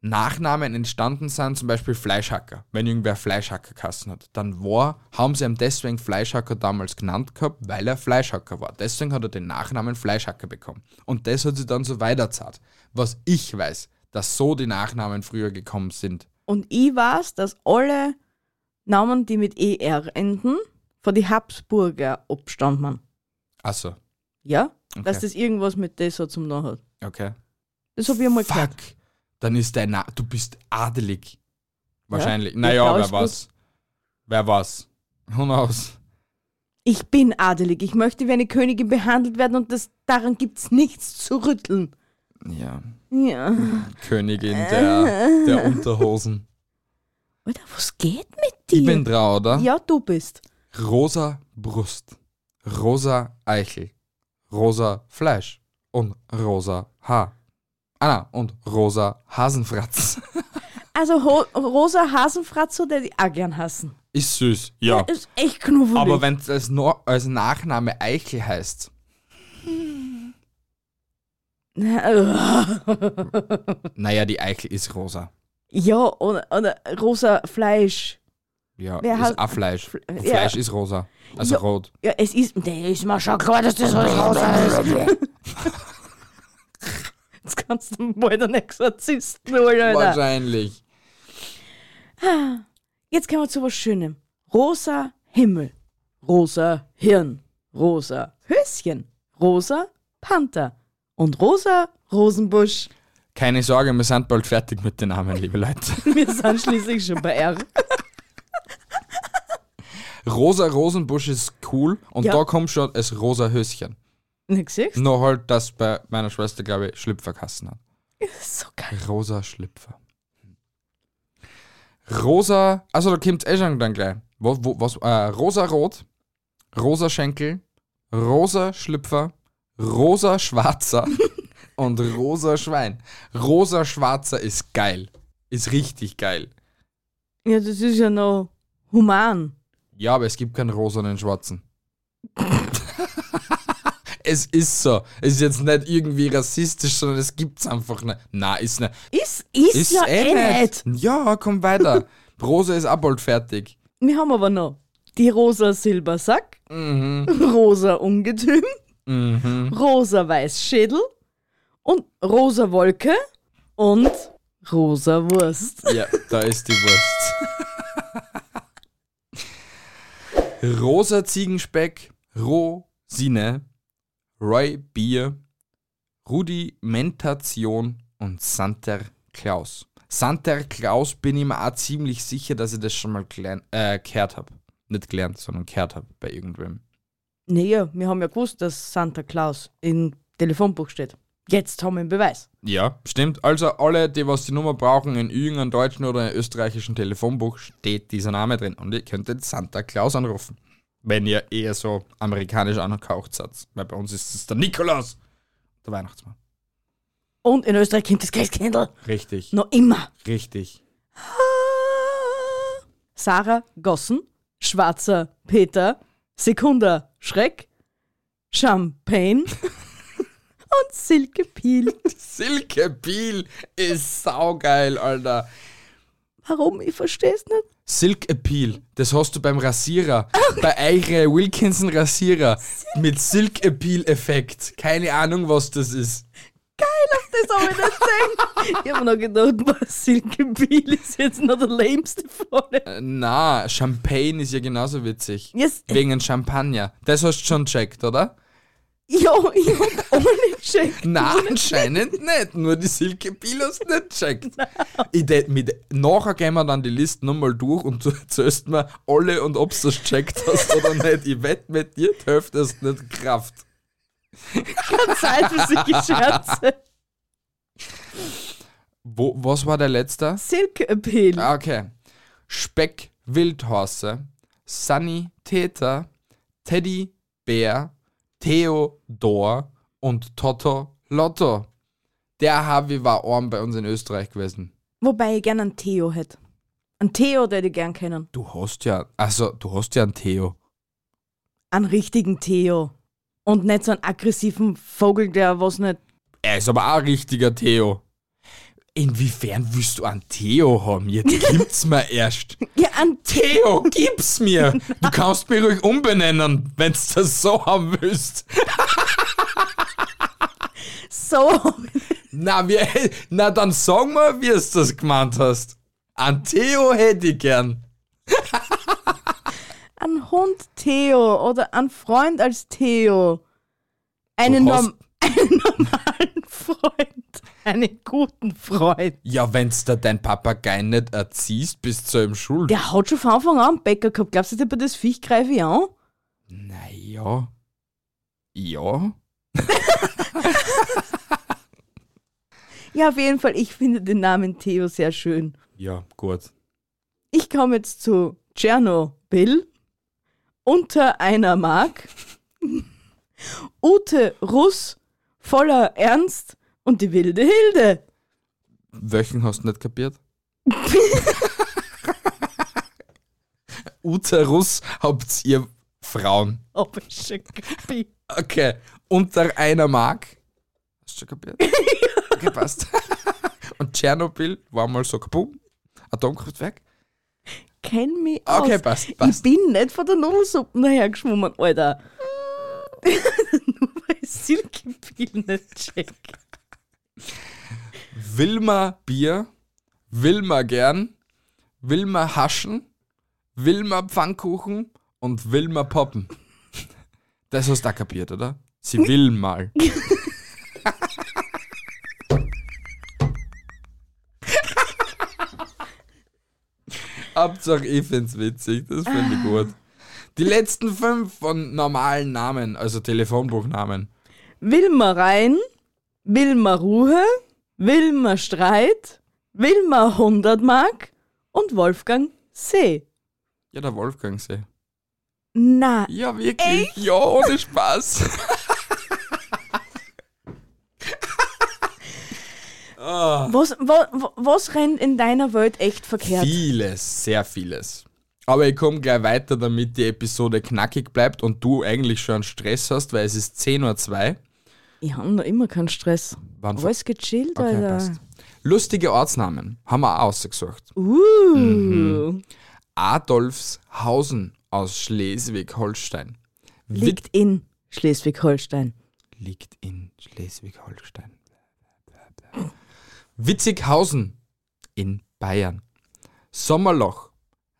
B: Nachnamen entstanden sind, zum Beispiel Fleischhacker. Wenn irgendwer Fleischhacker kassen hat, dann war, haben sie ihm deswegen Fleischhacker damals genannt gehabt, weil er Fleischhacker war. Deswegen hat er den Nachnamen Fleischhacker bekommen. Und das hat sie dann so weiterzahlt. Was ich weiß, dass so die Nachnamen früher gekommen sind.
A: Und ich weiß, dass alle Namen, die mit ER enden, von den Habsburger abstammen.
B: Achso,
A: Ja? Dass das irgendwas mit das so zum Nahen hat.
B: okay.
A: Das habe ich einmal
B: Fuck.
A: gehört.
B: Dann ist dein Na du bist adelig. Wahrscheinlich.
A: Ja,
B: Naja,
A: Frau
B: wer
A: ist gut.
B: was? Wer was? Who knows?
A: Ich bin adelig. Ich möchte wie eine Königin behandelt werden und das, daran gibt's nichts zu rütteln.
B: Ja.
A: Ja. Äh.
B: Königin der, der Unterhosen.
A: Alter, was geht mit dir?
B: Ich bin dran, oder?
A: ja, du bist.
B: Rosa Brust, rosa Eichel, rosa Fleisch und rosa Haar. Anna und rosa Hasenfratz.
A: Also Ho rosa Hasenfratzo, der die auch gern hassen.
B: Ist süß, ja.
A: Ist echt knuffelig.
B: Aber wenn es als, No- als Nachname Eichel heißt, naja, die Eichel ist rosa.
A: ja, oder, oder rosa Fleisch.
B: Ja,
A: Wer hat-
B: ist auch Fleisch.
A: ja.
B: Fleisch ist rosa. Also
A: Ja.
B: rot.
A: Ja, es ist. Der ist mir schon klar, dass das was rosa ist. Jetzt kannst du mal den Exorzisten holen, Alter.
B: Wahrscheinlich.
A: Jetzt kommen wir zu was Schönem. Rosa Himmel. Rosa Hirn. Rosa Höschen. Rosa Panther. Und rosa Rosenbusch.
B: Keine Sorge, wir sind bald fertig mit den Namen, liebe Leute.
A: Wir sind schließlich schon bei R.
B: Rosa Rosenbusch ist cool und
A: Ja.
B: da kommt schon das rosa Höschen.
A: Nix siehst?
B: Nur halt, dass bei meiner Schwester, glaube ich, Schlüpferkassen hat.
A: So geil.
B: Rosa Schlüpfer. Rosa, also da kommt eh schon dann gleich. Wo, wo, was, äh, rosa Rot, rosa Schenkel, rosa Schlüpfer, rosa Schwarzer und rosa Schwein. Rosa Schwarzer ist geil. Ist richtig geil.
A: Ja, das ist ja noch human.
B: Ja, aber es gibt keinen rosanen Schwarzen. es ist so. Es ist jetzt nicht irgendwie rassistisch, sondern es gibt's einfach nicht. Na, ist nicht.
A: Ist, ist,
B: Ist
A: ja
B: eh
A: eh nicht.
B: Ja, komm weiter. Rosa ist auch bald fertig.
A: Wir haben aber noch die rosa Silbersack,
B: Mhm.
A: rosa Ungetüm,
B: Mhm.
A: rosa Weißschädel und rosa Wolke und rosa Wurst.
B: Ja, da ist die Wurst. Rosa Ziegenspeck, Rosine, Roy Bier, Rudimentation und Santer Klaus. Santa Claus bin ich mir auch ziemlich sicher, dass ich das schon mal gelern, äh, gehört habe. Nicht gelernt, sondern gehört habe bei irgendwem.
A: Naja, wir haben ja gewusst, dass Santa Claus im Telefonbuch steht. Jetzt haben wir einen Beweis.
B: Ja, stimmt. Also alle, die was die Nummer brauchen, in irgendeinem deutschen oder einem österreichischen Telefonbuch steht dieser Name drin. Und ihr könntet Santa Claus anrufen. Wenn ihr eher so amerikanisch angehaucht seid. Weil bei uns ist es der Nikolaus. Der Weihnachtsmann.
A: Und in Österreich kommt das Christkindl
B: Richtig.
A: noch immer.
B: Richtig.
A: Sarah Gossen, Schwarzer Peter, Sekunda Schreck, Champagne und Silke Piel.
B: Silke Peel ist saugeil, Alter.
A: Warum? Ich verstehe es nicht.
B: Silk Appeal, das hast du beim Rasierer, bei eure Wilkinson Rasierer mit Silk Appeal Effekt. Keine Ahnung, was das ist.
A: Das habe ich nicht gesehen. Ich habe noch gedacht, was Silke Piel ist jetzt noch der lämste vorne.
B: Äh, Na, Champagne ist ja genauso witzig.
A: Yes.
B: Wegen einem Champagner. Das hast du schon checkt, oder?
A: Ja, ich habe ohne gecheckt.
B: Na, anscheinend nicht. Nur die Silke Peel hast du nicht checkt. Ich tät mit, nachher gehen wir dann die Liste nochmal durch und du erzählst mir alle und ob du es checkt hast oder nicht. Ich wette mit dir, die Hälfte hast du nicht Kraft.
A: Keine Zeit für solche Scherze.
B: Wo, was war der letzte?
A: Silke Piel.
B: Ah, Okay. Speck, Wildhorse, Sunny, Täter, Teddy, Bär, Theodor und Toto, Lotto. Der Harvey war arm bei uns in Österreich gewesen.
A: Wobei ich gerne einen Theo hätte. Einen Theo, den ich gern kennen.
B: Du hast ja, also du hast ja einen Theo.
A: Einen richtigen Theo. Und nicht so einen aggressiven Vogel, der was nicht.
B: Er ist aber auch ein richtiger Theo. Inwiefern willst du einen Theo haben? Jetzt gibt's mir erst.
A: Ja, einen Theo.
B: Theo, gib's mir! Du kannst mich ruhig umbenennen, wenn's das so haben willst.
A: So.
B: Na, wir, na dann sag mal, wie es das gemeint hast. An Theo hätte ich gern.
A: Ein Hund Theo oder ein Freund als Theo. Einen,
B: Du hast-
A: norm einen normalen Freund. Einen guten Freund.
B: Ja, wenn's da dein Papagei nicht erziehst, bist du ihm schuld.
A: Der hat schon von Anfang an einen Bäcker gehabt. Glaubst du, bei das Viech greife ich an?
B: Naja. Ja.
A: Ja, auf jeden Fall. Ich finde den Namen Theo sehr schön.
B: Ja, gut.
A: Ich komme jetzt zu Tschernobyl. Unter einer Mark. Ute Russ, voller Ernst und die wilde Hilde.
B: Welchen hast du nicht kapiert? Uterus habt ihr Frauen.
A: Ob ich schon kapier.
B: Okay, unter einer Mark. Hast du schon kapiert? Okay, passt. Und Tschernobyl war mal so kaputt. Atomkraftwerk.
A: Kenn mich aus.
B: Okay, passt, passt.
A: Ich bin nicht von der Nudelsuppe hergeschwommen, Alter. Nur weil ich Silkepiel nicht check.
B: Wilma Bier, Wilma gern, Wilma Haschen, Wilma Pfannkuchen und Wilma Poppen. Das hast du auch kapiert, oder? Sie will mal. Hauptsache, ich find's witzig, das finde ich gut. Die letzten fünf von normalen Namen, also Telefonbuchnamen.
A: Wilma Rein, Wilma Ruhe, Wilma Streit, Wilma 100 Mark und Wolfgang See.
B: Ja, der Wolfgangsee.
A: Na,
B: Ja, wirklich. Ja, ohne Spaß. Ah.
A: was, wa, wa- was rennt in deiner Welt echt verkehrt?
B: Vieles, sehr vieles. Aber ich komme gleich weiter, damit die Episode knackig bleibt und du eigentlich schon Stress hast, weil es ist 10.02 Uhr.
A: Ich habe noch immer keinen Stress.
B: Wann ver-
A: Alles gechillt,
B: Okay, passt.
A: Alter.
B: Lustige Ortsnamen haben wir auch ausgesucht.
A: Uh,
B: Mhm. Adolfshausen aus Schleswig-Holstein.
A: liegt in Schleswig-Holstein.
B: liegt in Schleswig-Holstein. Witzighausen in Bayern. Sommerloch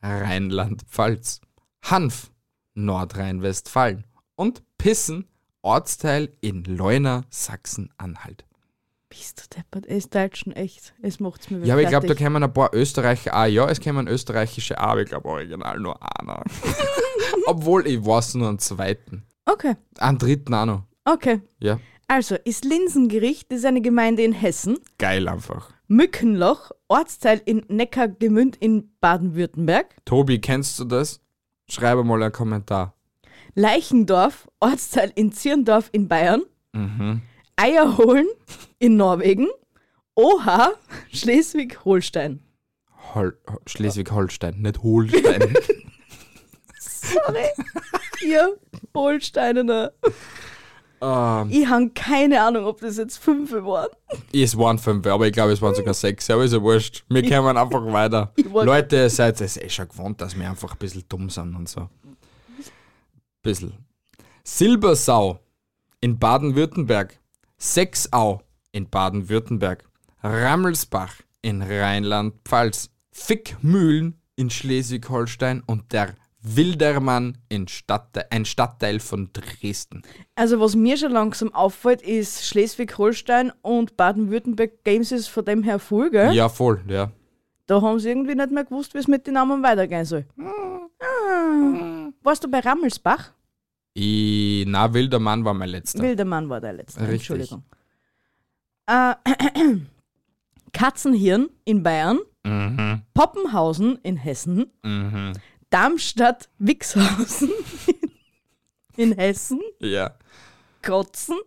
B: Rheinland-Pfalz. Hanf Nordrhein-Westfalen. Und Pissen Ortsteil in Leuna Sachsen-Anhalt.
A: Bist du deppert? Es teilt schon echt. Es macht's mir
B: Ja, aber ich glaube, da
A: fertig.
B: kämen ein paar Österreicher auch. Ja, es kämen österreichische auch, aber ich glaube original nur einer. Obwohl, ich weiß nur einen zweiten.
A: Okay,
B: Einen dritten auch noch.
A: okay.
B: Ja,
A: Also, ist Linsengericht, das ist eine Gemeinde in Hessen,
B: geil einfach.
A: Mückenloch, Ortsteil in Neckargemünd in Baden-Württemberg,
B: Tobi, kennst du das? Schreibe mal einen Kommentar.
A: Leichendorf, Ortsteil in Zirndorf in Bayern,
B: Mhm.
A: Eierholen in Norwegen, Oha, Schleswig-Holstein.
B: Hol Hol- Schleswig-Holstein, nicht Holstein.
A: Sorry, ihr Holsteiner.
B: ähm,
A: Ich habe keine Ahnung, ob das jetzt fünf waren.
B: es waren fünf, aber ich glaube, es waren sogar sechs. Aber ist ja wurscht. Wir kämen einfach weiter.
A: wollt-
B: Leute, seid es eh schon gewohnt, dass wir einfach ein bisschen dumm sind und so. Bisschen. Silbersau in Baden-Württemberg. Sechsau in Baden-Württemberg. Rammelsbach in Rheinland-Pfalz. Fickmühlen in Schleswig-Holstein und der Wildermann in Stadtteil, ein Stadtteil von Dresden.
A: Also was mir schon langsam auffällt, ist Schleswig-Holstein und Baden-Württemberg Games ist von dem her voll, gell?
B: Ja, voll, ja.
A: Da haben sie irgendwie nicht mehr gewusst, wie es mit den Namen weitergehen soll.
B: Hm.
A: Ah. Warst du bei Rammelsbach?
B: Ich, na, Wildermann war mein letzter.
A: Wildermann war der letzte.
B: Richtig.
A: Entschuldigung. Äh, Katzenhirn in Bayern,
B: Mhm.
A: Poppenhausen in Hessen, Darmstadt Wixhausen in Hessen,
B: ja.
A: Kotzen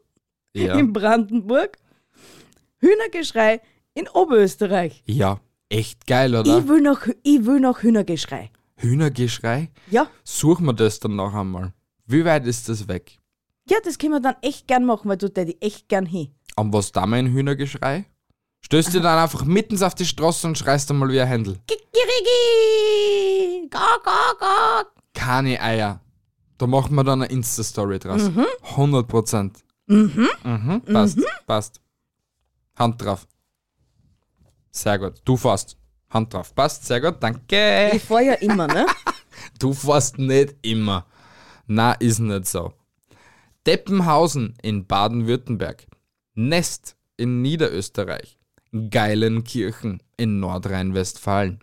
B: Ja.
A: in Brandenburg, Hühnergeschrei in Oberösterreich.
B: ja, echt geil, oder?
A: Ich will, noch, ich will noch Hühnergeschrei.
B: Hühnergeschrei?
A: Ja,
B: Suchen wir das dann noch einmal. Wie weit ist das weg?
A: ja, das können wir dann echt gern machen, weil du Daddy echt gern hin.
B: Und was da mein Hühnergeschrei? Stößt du dann einfach mittens auf die Straße und schreist einmal wie ein Händel.
A: Kikiriki! Gok, gok, gok!
B: Keine Eier. Da machen wir dann eine Insta-Story draus. 100 Prozent. Mhm. Passt, passt. Hand drauf. Sehr gut. Du fährst. Hand drauf. Passt, sehr gut. Danke.
A: Ich fahr ja immer, ne?
B: Du fährst nicht immer. Na, ist nicht so. Deppenhausen in Baden-Württemberg. Nest in Niederösterreich. Geilenkirchen in Nordrhein-Westfalen.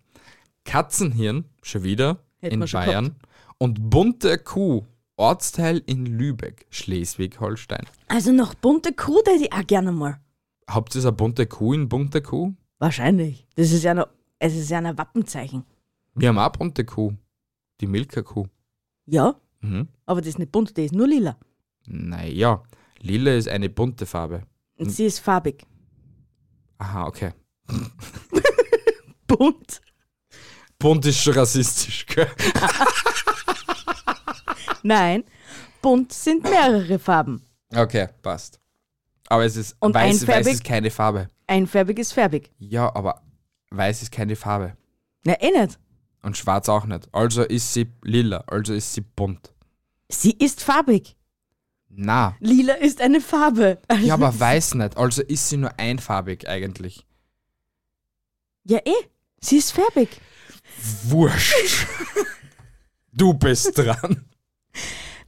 B: Katzenhirn, schon wieder,
A: Hätten
B: in
A: wir schon
B: Bayern. Und Bunte Kuh, Ortsteil in Lübeck, Schleswig-Holstein.
A: Also noch bunte Kuh hätte ich auch gerne mal.
B: Habt ihr so eine bunte Kuh in bunte Kuh?
A: Wahrscheinlich. Das ist ja noch, es ist ja ein Wappenzeichen.
B: Wir haben auch bunte Kuh. Die Milka-Kuh.
A: Ja,
B: Mhm.
A: aber das ist nicht bunt, das ist nur lila.
B: Naja, lila ist eine bunte Farbe.
A: Und sie ist farbig.
B: Aha, okay.
A: Bunt.
B: Bunt ist schon rassistisch, gell?
A: Nein, bunt sind mehrere Farben.
B: Okay, passt. Aber es ist
A: Und
B: weiß, weiß
A: einfärbig?
B: ist keine Farbe.
A: Einfarbig ist färbig.
B: Ja, aber weiß ist keine Farbe.
A: Na, eh nicht.
B: Und schwarz auch nicht. Also ist sie lila, also ist sie bunt.
A: Sie ist farbig.
B: Na.
A: Lila ist eine Farbe.
B: Ja, aber weiß nicht. Also ist sie nur einfarbig eigentlich.
A: Ja, eh. Sie ist färbig.
B: Wurscht. Du bist dran.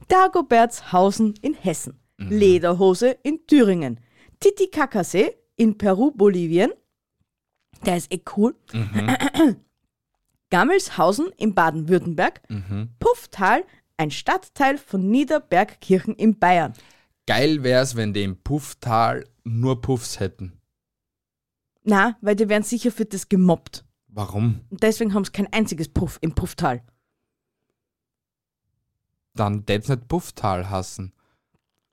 A: Dagobertshausen in Hessen, Lederhose in Thüringen, Titicacasee in Peru, Bolivien, der ist eh cool, Mhm. Gammelshausen in Baden-Württemberg, Pufftal, ein Stadtteil von Niederbergkirchen in Bayern.
B: Geil wär's, wenn die im Pufftal nur Puffs hätten.
A: Na, weil die werden sicher für das gemobbt.
B: Warum?
A: Und deswegen haben sie kein einziges Puff im Pufftal.
B: Dann dät's nicht Pufftal hassen.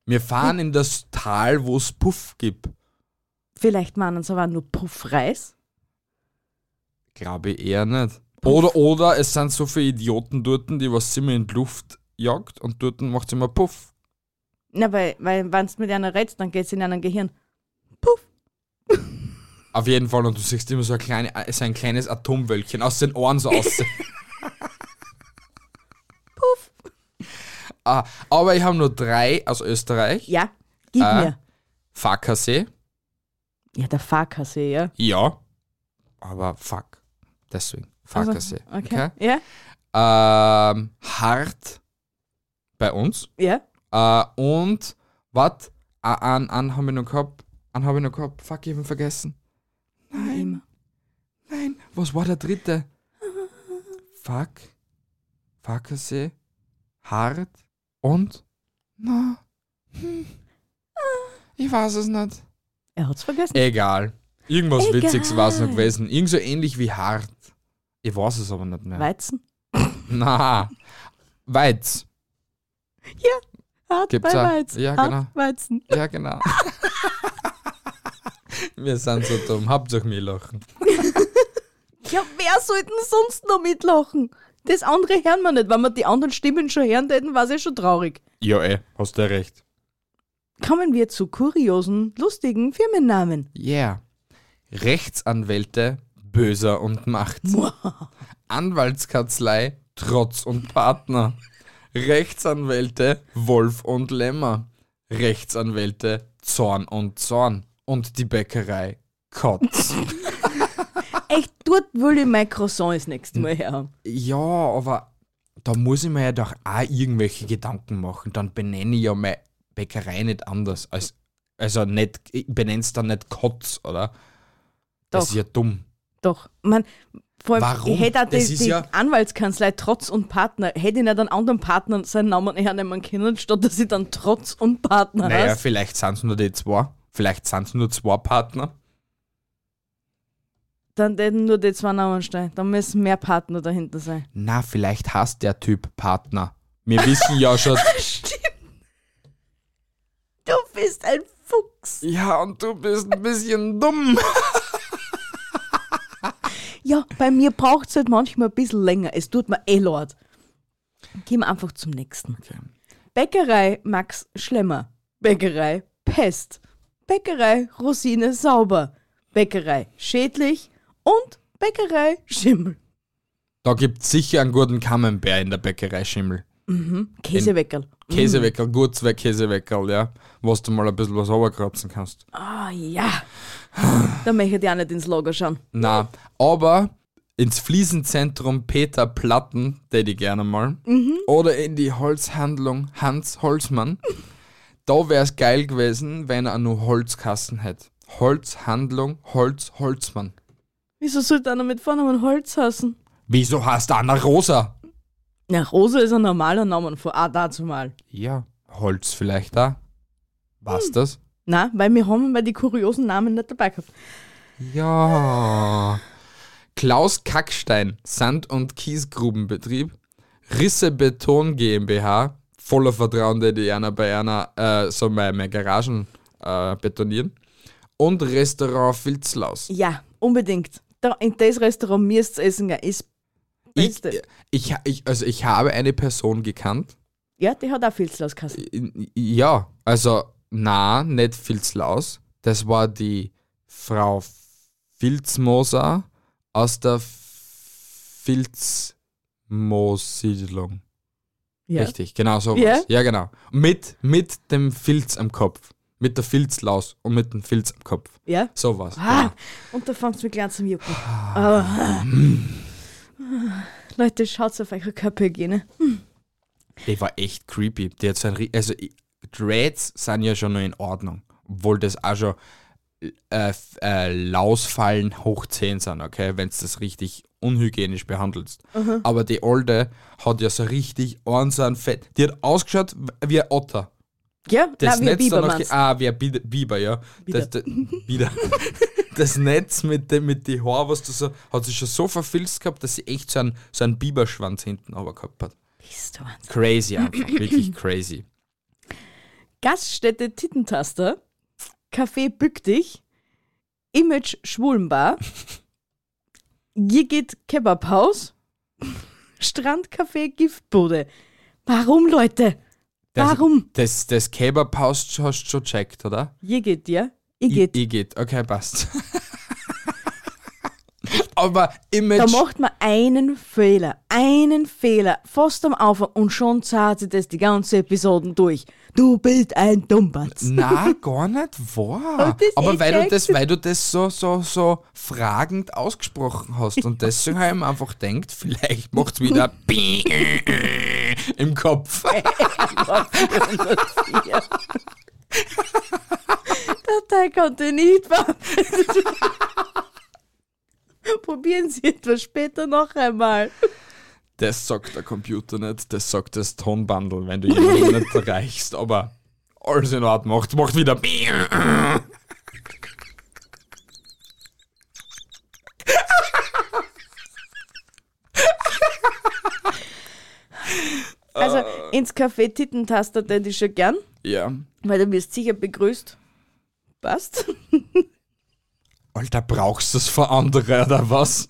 B: Wir fahren in das Tal, wo's Puff gibt.
A: Vielleicht meinen sie aber nur Puffreis.
B: Glaube ich eher nicht. Oder, oder es sind so viele Idioten dort, die was immer in die Luft jagt und dort macht immer Puff.
A: Na, weil, weil wenn du mit einer redst, dann geht es in deinem Gehirn. Puff.
B: Auf jeden Fall, und du siehst immer so ein, kleine, äh, so ein kleines Atomwölkchen aus den Ohren so aus.
A: Puff.
B: ah, aber ich habe nur drei aus Österreich.
A: Ja, gib
B: Ah.
A: mir.
B: Farkasee,
A: Ja, der Fahrkasse, ja.
B: ja. Aber fuck. Deswegen. Farkasee.
A: Also, Okay. Ja,
B: Ähm, hart bei uns.
A: ja.
B: Äh, und was? Ah, An, an haben wir noch gehabt. Einen habe ich noch gehabt. Fuck, ich habe ihn vergessen.
A: Nein. Immer.
B: Nein, was war der dritte? Fuck, Fackersee, Hart und? Na, hm. ich weiß es nicht.
A: Er hat's vergessen.
B: Egal. Irgendwas
A: Egal.
B: Witziges war es noch gewesen. Irgend so ähnlich wie Hart. Ich weiß es aber nicht mehr.
A: Weizen.
B: Na, Weiz.
A: Hart
B: Gibt's
A: bei
B: auch.
A: Weizen.
B: Ja,
A: Hart
B: genau.
A: Weizen.
B: Ja, genau. Wir sind so dumm. Hauptsache mir lachen.
A: Ja, wer sollte denn sonst noch mitlachen? Das andere hören wir nicht. Wenn wir die anderen Stimmen schon hören hätten, war es ja schon traurig.
B: Ja, ey, hast du recht.
A: Kommen wir zu kuriosen, lustigen Firmennamen.
B: Yeah. Rechtsanwälte, Böser und Macht. Anwaltskanzlei, Trotz und Partner. Rechtsanwälte, Wolf und Lämmer. Rechtsanwälte, Zorn und Zorn. Und die Bäckerei, Kotz.
A: Echt, dort will ich mein Croissant das
B: Hm.
A: nächste Mal her.
B: ja, aber da muss ich mir ja doch auch irgendwelche Gedanken machen. Dann benenne ich ja meine Bäckerei nicht anders. Als, also nicht, ich benenne es dann nicht Kotz, oder? Das
A: Doch.
B: ist ja dumm.
A: Doch. Man, vor allem,
B: Warum?
A: ich hätte auch die,
B: Das ist
A: die
B: ja-
A: Anwaltskanzlei Trotz und Partner, hätte ich nicht einen anderen Partner seinen Namen hernehmen können, statt dass ich dann Trotz und Partner
B: Naja,
A: heiße.
B: vielleicht sind es nur die zwei. Vielleicht sind es nur zwei Partner.
A: Dann hätten nur die zwei Namen stehen. Dann müssen mehr Partner dahinter sein.
B: Na, vielleicht hasst der Typ Partner. Wir wissen ja schon.
A: Du bist ein Fuchs.
B: Ja, und du bist ein bisschen dumm.
A: Ja, bei mir braucht es halt manchmal ein bisschen länger. Es tut mir eh leid. Gehen wir einfach zum nächsten. Bäckerei Max Schlemmer. Bäckerei Pest. Bäckerei Rosine Sauber. Bäckerei Schädlich. Und Bäckerei Schimmel.
B: Da gibt es sicher einen guten Camembert in der Bäckerei Schimmel.
A: Käseweckerl.
B: Käseweckerl, gut zwei Käseweckerl, ja. Was du mal ein bisschen was runterkratzen kannst.
A: Ah ja. Da möchte ich auch nicht ins Lager schauen.
B: Na, aber ins Fliesenzentrum Peter Platten, hätte ich gerne mal. Oder in die Holzhandlung Hans Holzmann. da wäre es geil gewesen, wenn er nur Holzkassen hätte. Holzhandlung Holz Holzmann.
A: Wieso sollte einer mit Vornamen Holz hassen?
B: Wieso hast du Anna Rosa?
A: Na, Rosa ist ein normaler Name von ah, dazu mal.
B: Ja, Holz vielleicht da. Was das?
A: Na, weil wir haben bei die kuriosen Namen nicht dabei gehabt.
B: Ja. Klaus Kackstein, Sand- und Kiesgrubenbetrieb, Risse Beton GmbH, voller Vertrauen, der die Jana bei Jana äh, so meine, meine Garagen äh, betonieren, und Restaurant Filzlaus.
A: Ja, unbedingt. Da, in das Restaurant müsst ihr essen gehen. Ist
B: Ich,
A: Beste.
B: ich, ich, also ich habe eine Person gekannt,
A: ja, die hat auch Filzlauskassen.
B: ja, also na, nicht Filzlaus, das war die Frau Filzmoser aus der Filzmoosiedlung.
A: Ja.
B: Richtig, genau so
A: Ja.
B: Ja, genau. Mit, mit dem Filz am Kopf. Mit der Filzlaus und mit dem Filz am Kopf.
A: Ja.
B: So genau. was.
A: Ah, und da fangt's mit klein zum Jucken. Ah. Leute, schaut auf eure ne? Körperhygiene.
B: Die war echt creepy. Die hat so ein, ri- also ich- Dreads sind ja schon noch in Ordnung, obwohl das auch schon äh, f- äh, Lausfallen hoch 10 sind, okay, wenn du das richtig unhygienisch behandelst.
A: Mhm.
B: Aber die Olde hat ja so richtig Ohren, so ein Fett. Die hat ausgeschaut wie ein Otter.
A: Ja,
B: Das
A: Nein, wie ein
B: Netz dann
A: Biber
B: noch,
A: meinst.
B: Ah, wie ein Bi- Biber, ja. Das, das, Biber. das Netz mit dem mit die Haar, was du so, hat sich schon so verfilzt gehabt, dass sie echt so einen, so einen Biberschwanz hinten aber gehabt hat.
A: Bist du Wahnsinn.
B: Crazy einfach, wirklich crazy.
A: Gaststätte Tittentaster, Café Bück dich, Image Schwulenbar, Jigit Kebabhaus, Strandcafé Giftbude. Warum, Leute?
B: Das,
A: Warum?
B: Das, das Kebab-Haus hast du schon checkt, oder?
A: Jigit, ja? Jigit.
B: I, I geht. Okay, passt. Aber
A: Da
B: Image.
A: macht man einen Fehler, einen Fehler, fast am Anfang und schon zahlt sich das die ganze Episoden durch. Du bist ein Dummbatz.
B: Na, gar nicht wahr.
A: Hab das eh
B: Aber weil du
A: checkt.
B: das, weil du das so, so, so fragend ausgesprochen hast und deswegen habe ich mir einfach denkt, vielleicht macht's wieder im Kopf.
A: da, Vorteil konnte nicht wahr. Probieren Sie etwas später noch einmal.
B: Das sagt der Computer nicht, das sagt das Tonbundle, wenn du jemanden nicht erreichst, aber alles in Ordnung, macht, macht wieder.
A: Also ins Café Tittentaster hätte ich schon gern,
B: Ja.
A: weil du wirst sicher begrüßt. Passt.
B: Alter, brauchst du es für andere oder was?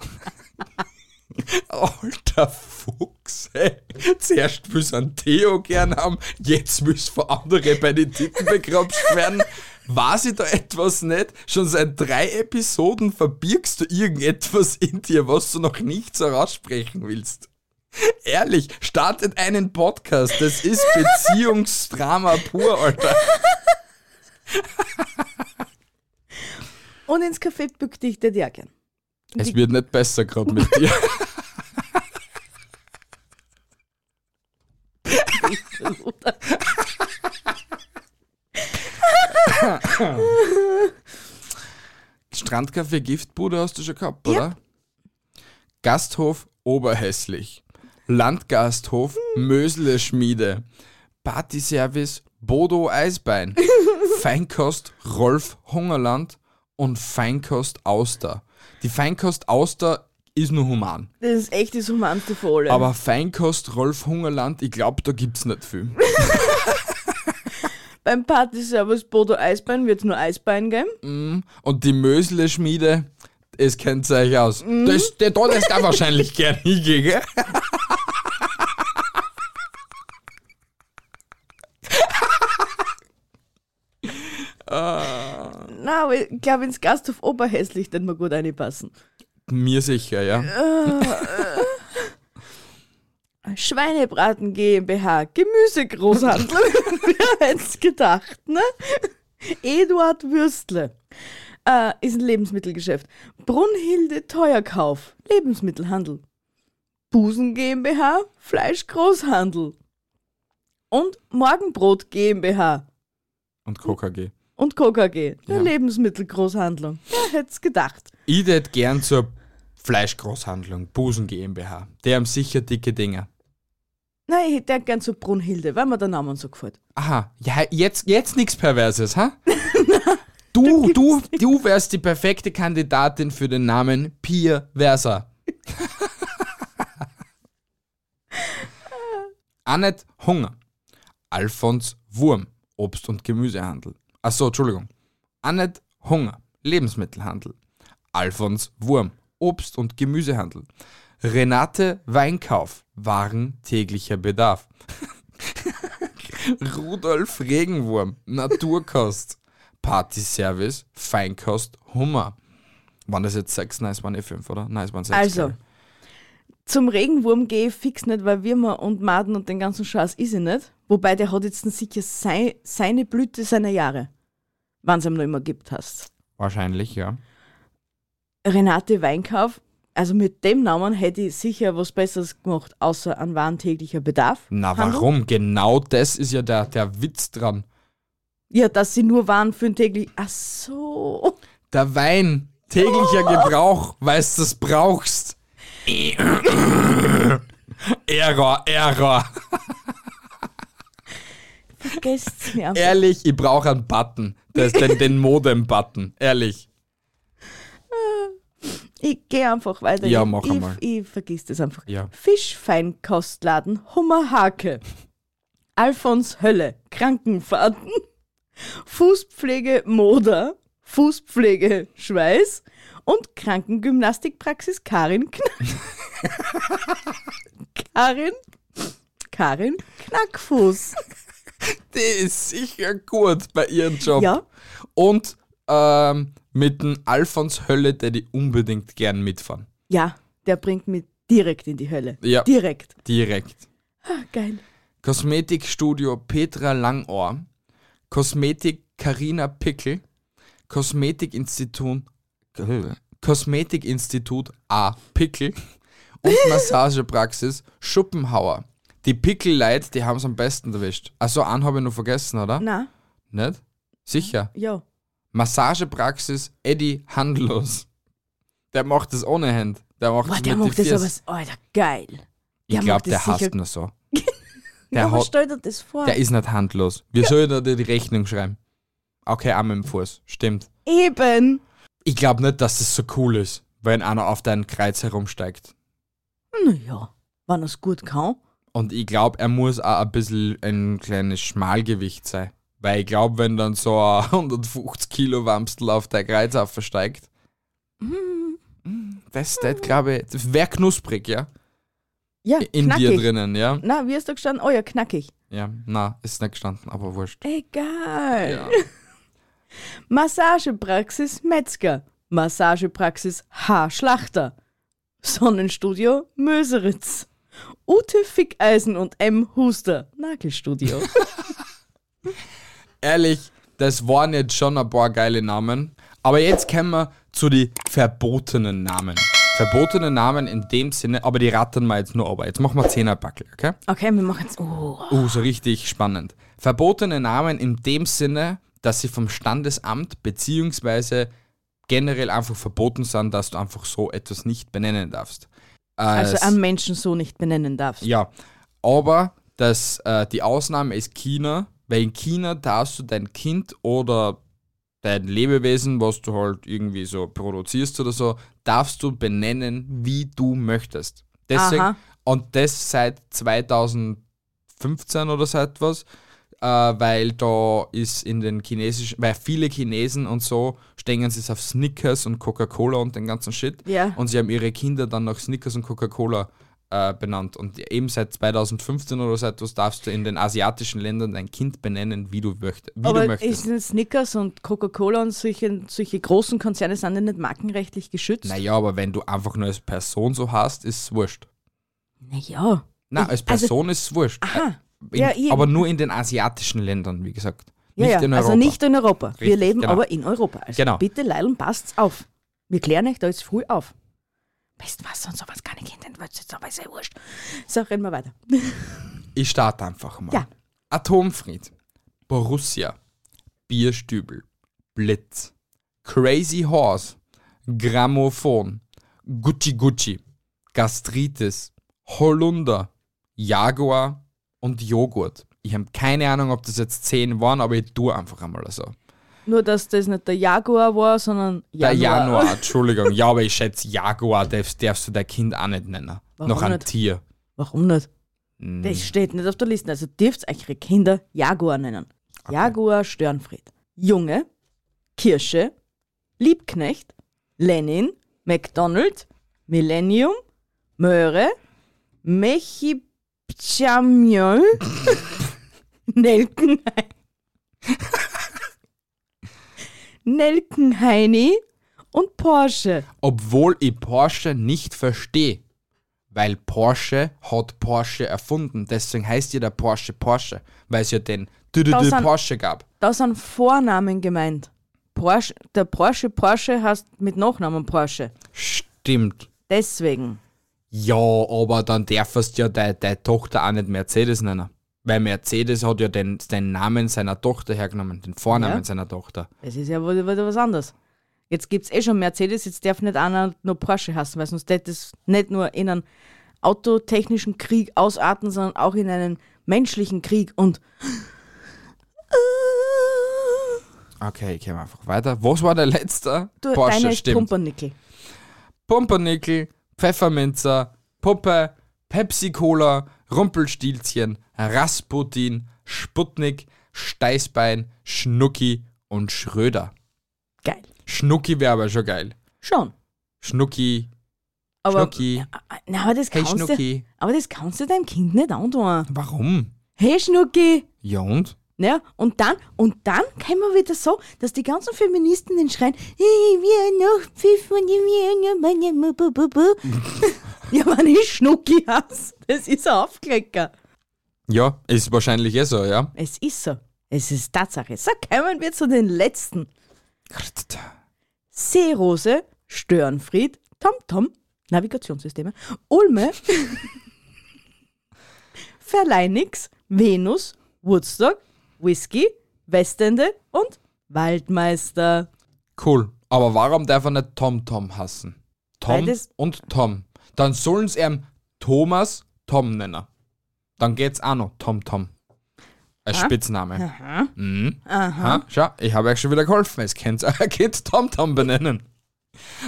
B: Alter Fuchs, ey. Zuerst willst du einen Theo gern haben, jetzt willst du für andere bei den Titten begrapscht werden. Weiß ich da etwas nicht? Schon seit drei Episoden verbirgst du irgendetwas in dir, was du noch nicht so raussprechen willst. Ehrlich, startet einen Podcast. Das ist Beziehungsdrama pur, Alter.
A: Und ins Café Bück dich hätte ich auch gern.
B: Es wird nicht besser gerade mit dir. Strandcafé Giftbude hast du schon gehabt, oder? Gasthof Oberhässlich. Landgasthof Mösle Schmiede. Partyservice Bodo Eisbein. Feinkost Rolf Hungerland und Feinkost Auster. Die Feinkost Auster ist nur human.
A: Das ist echt das Humanste für alle.
B: Aber Feinkost Rolf Hungerland, ich glaube, da gibt's nicht viel.
A: Beim Party-Service Bodo Eisbein wird es nur Eisbein geben.
B: Und die Mösle Schmiede, es kennt sich aus. Das, der da lässt da wahrscheinlich gern hingehen, gell?
A: Na, aber ich glaube, ins Gasthof Oberhässlich wird mir gut reinpassen.
B: Mir sicher, ja.
A: Schweinebraten GmbH, Gemüsegroßhandel. Wer hätte es gedacht, ne? Eduard Würstle äh, ist ein Lebensmittelgeschäft. Brunhilde Teuerkauf, Lebensmittelhandel. Busen GmbH, Fleischgroßhandel. Und Morgenbrot GmbH
B: Und KKG.
A: und KKG, eine
B: Ja.
A: Lebensmittelgroßhandlung. Wer hätte es gedacht?
B: Ich tät gern zur Fleischgroßhandlung, Busen GmbH. Die haben sicher dicke Dinger.
A: Nein, ich hätte gern zu Brunhilde, weil mir der Name so gefällt.
B: Aha, ja, jetzt, jetzt nichts Perverses, ha? Du, du, du wärst die perfekte Kandidatin für den Namen Pier Versa. Annette Hunger. Alfons Wurm. Obst- und Gemüsehandel. Achso, Entschuldigung. Annette Hunger. Lebensmittelhandel. Alfons Wurm. Obst- und Gemüsehandel. Renate Weinkauf. Waren täglicher Bedarf. Rudolf Regenwurm, Naturkost, Partyservice, Feinkost, Hummer. Waren das jetzt sechs? Nein, es waren eh fünf, oder? Nein, es waren sechs.
A: Also,
B: glaub
A: zum Regenwurm gehe ich fix nicht, weil Würmer und Maden und den ganzen Scheiß ist ich nicht. Wobei der hat jetzt sicher sei, seine Blüte seiner Jahre, wenn es ihm noch immer gibt hast.
B: ich. Wahrscheinlich, ja.
A: Renate Weinkauf, also mit dem Namen hätte ich sicher was Besseres gemacht, außer an wahren täglicher Bedarf.
B: Na,
A: Handel.
B: warum? Genau das ist ja der, der Witz dran.
A: Ja, dass sie nur waren für den täglich. Ach so.
B: Der Wein, täglicher Gebrauch, weißt du, es brauchst. Error, Error.
A: Vergesst mir.
B: Ehrlich, ich brauche einen Button. Das, den den Modem-Button. Ehrlich.
A: Ich gehe einfach weiter.
B: Ja,
A: Ich-
B: mach
A: ich,
B: einmal.
A: Ich vergiss das einfach.
B: Ja.
A: Fischfeinkostladen Hummerhake. Alfons Hölle, Krankenfahrten. Fußpflege Moder. Fußpflege Schweiß. Und Krankengymnastikpraxis Karin Knack. Karin. Karin Knackfuß.
B: Die ist sicher gut bei ihrem Job.
A: Ja.
B: Und ähm, mit dem Alfons Hölle, der die unbedingt gern mitfahren.
A: Ja, der bringt mich direkt in die Hölle.
B: Ja.
A: Direkt.
B: Direkt.
A: Ah, geil.
B: Kosmetikstudio Petra Langohr. Kosmetik Karina Pickel. Kosmetikinstitut. Kosmetikinstitut A. Pickel. Und Massagepraxis Schuppenhauer. Die Pickel-Leute, die haben es am besten erwischt. Also, einen habe ich noch vergessen, oder?
A: Na,
B: Nicht? Sicher.
A: ja.
B: Massagepraxis Eddie Handlos. Der macht das ohne Hand. Der macht
A: Boah,
B: das
A: der
B: mit
A: macht
B: die
A: das aber,
B: Fiers.
A: so- Alter, geil.
B: Ich
A: der
B: glaube,
A: macht das
B: der hasst
A: sicher-
B: nur so.
A: Ja,
B: Der,
A: aber
B: hat,
A: stell dir das vor.
B: der ist nicht handlos. Wie soll er dir die Rechnung schreiben? Okay, Arm im Fuß. Stimmt.
A: Eben.
B: Ich glaube nicht, dass das so cool ist, wenn einer auf deinen Kreuz herumsteigt.
A: Naja, wenn er es gut kann.
B: Und ich glaube, er muss auch ein bisschen ein kleines Schmalgewicht sein. Weil ich glaube, wenn dann so ein 150 Kilo Wamstel auf der Kreuz aufsteigt, das, das glaube ich, das wäre knusprig, ja?
A: Ja,
B: In
A: knackig.
B: dir drinnen, ja?
A: Na, wie ist da gestanden? Oh ja, knackig.
B: Ja, na, ist nicht gestanden, aber wurscht.
A: Egal.
B: Ja.
A: Massagepraxis Metzger. Massagepraxis Haarschlachter. Sonnenstudio Möseritz. Ute Fickeisen und M. Huster. Nagelstudio.
B: Ehrlich, das waren jetzt schon ein paar geile Namen. Aber jetzt kommen wir zu den verbotenen Namen. Verbotene Namen in dem Sinne, aber die rattern wir jetzt nur aber. Jetzt machen wir Zehnerpackel, okay?
A: Okay, wir machen jetzt. Oh.
B: Uh, so richtig spannend. Verbotene Namen in dem Sinne, dass sie vom Standesamt beziehungsweise generell einfach verboten sind, dass du einfach so etwas nicht benennen darfst. Äh,
A: Also
B: es-
A: einen Menschen so nicht benennen darfst.
B: ja, aber das, äh, die Ausnahme ist China, weil in China darfst du dein Kind oder dein Lebewesen, was du halt irgendwie so produzierst oder so, darfst du benennen, wie du möchtest. Deswegen,
A: Aha.
B: Und das seit 2015 oder so etwas, äh, weil da ist in den chinesischen, weil viele Chinesen und so stehen sich auf Snickers und Coca-Cola und den ganzen Shit.
A: Ja.
B: Und sie haben ihre Kinder dann nach Snickers und Coca-Cola äh, benannt. Und eben seit 2015 oder so etwas darfst du in den asiatischen Ländern dein Kind benennen, wie du, möcht wie du
A: Aber
B: möchtest.
A: ist denn Snickers und Coca-Cola und solche, solche großen Konzerne sind ja nicht markenrechtlich geschützt?
B: Naja, aber wenn du einfach nur als Person so hast, ist es wurscht.
A: Naja.
B: Nein, als
A: also-
B: Person ist es wurscht. Äh,
A: Aha.
B: In,
A: Ja, eben.
B: aber nur in den asiatischen Ländern, wie gesagt.
A: Ja,
B: nicht
A: ja.
B: in Europa.
A: Also nicht in Europa. Wir
B: Richtig,
A: leben
B: genau.
A: aber in Europa. Also
B: Genau.
A: bitte, Leilon, passt's auf. Wir klären euch da jetzt früh auf. Weißt du was, sonst sowas keine Kinder, dann wird's jetzt aber sehr wurscht. So, reden wir weiter.
B: ich starte einfach mal.
A: Ja.
B: Atomfried, Borussia, Bierstübel, Blitz, Crazy Horse, Grammophon, Gucci Gucci, Gastritis, Holunder, Jaguar und Joghurt. Ich habe keine Ahnung, ob das jetzt 10 waren, aber ich tue einfach einmal so.
A: Nur, dass das nicht der Jaguar war, sondern
B: Der
A: Januar.
B: Januar, Entschuldigung. ja, aber ich schätze, Jaguar darfst, darfst du dein Kind auch nicht nennen.
A: Warum
B: Noch ein
A: nicht?
B: Tier.
A: Warum nicht? Das steht nicht auf der Liste. Also dürft eure Kinder Jaguar nennen. Jaguar Störenfried. Junge, Kirsche, Liebknecht, Lenin, McDonald, Millennium, Möhre, Mechipchamiol, Nelkenheini, Nelkenheini und Porsche.
B: obwohl ich Porsche nicht verstehe. Weil Porsche hat Porsche erfunden. Deswegen heißt ja der Porsche Porsche, weil es ja den
A: Da
B: Düdüdü
A: sind-
B: Porsche gab.
A: Da sind Vornamen gemeint. Porsche, der Porsche Porsche heißt mit Nachnamen Porsche.
B: Stimmt.
A: Deswegen.
B: Ja, aber dann darfst du ja deine de Tochter auch nicht Mercedes nennen. Weil Mercedes hat ja den, den Namen seiner Tochter hergenommen, den Vornamen
A: Ja.
B: seiner Tochter.
A: Es ist ja wohl wieder was anderes. Jetzt gibt es eh schon Mercedes, jetzt darf nicht einer nur Porsche hassen, weil sonst hätte es nicht nur in einen autotechnischen Krieg ausarten, sondern auch in einen menschlichen Krieg und.
B: Okay, ich gehe einfach weiter. Was war der letzte?
A: Du,
B: Porsche,
A: deine ist
B: stimmt.
A: Pumpernickel.
B: Pumpernickel, Pfefferminzer, Puppe, Pepsi-Cola, Rumpelstilzchen, Rasputin, Sputnik, Steißbein, Schnucki und Schröder.
A: Geil.
B: Schnucki wäre aber schon geil.
A: Schon.
B: Schnucki,
A: Aber,
B: Schnucki,
A: Na, aber, das
B: hey
A: kannst du,
B: Schnucki.
A: aber das kannst du deinem Kind nicht antun.
B: Warum?
A: Hey Schnucki!
B: Ja und?
A: Ja, Ne? und dann, und dann kommen wir wieder so, dass die ganzen Feministen den schreien, "Hey, wir noch Pfiff und wir noch meine Mu- Bu- Bu- Bu." Ja, wenn ich Schnucki hasse, das ist ein Aufklecker.
B: Ja, ist wahrscheinlich eh so, ja.
A: Es ist so. Es ist Tatsache. So kommen wir zu den letzten. Seerose, Störenfried, TomTom, Navigationssysteme, Ulme, Verleinix, Venus, Woodstock, Whisky, Westende und Waldmeister.
B: Cool. Aber warum darf er nicht Tom Tom hassen? Tom
A: Beides-
B: und Tom. Dann sollen sie ihm Thomas Tom nennen. Dann geht's auch noch Tom Tom. Als Spitzname. Ah. Aha. Mhm. Aha. Schau, ich habe euch schon wieder geholfen. Es könnt ihr euer Kind Tom Tom benennen.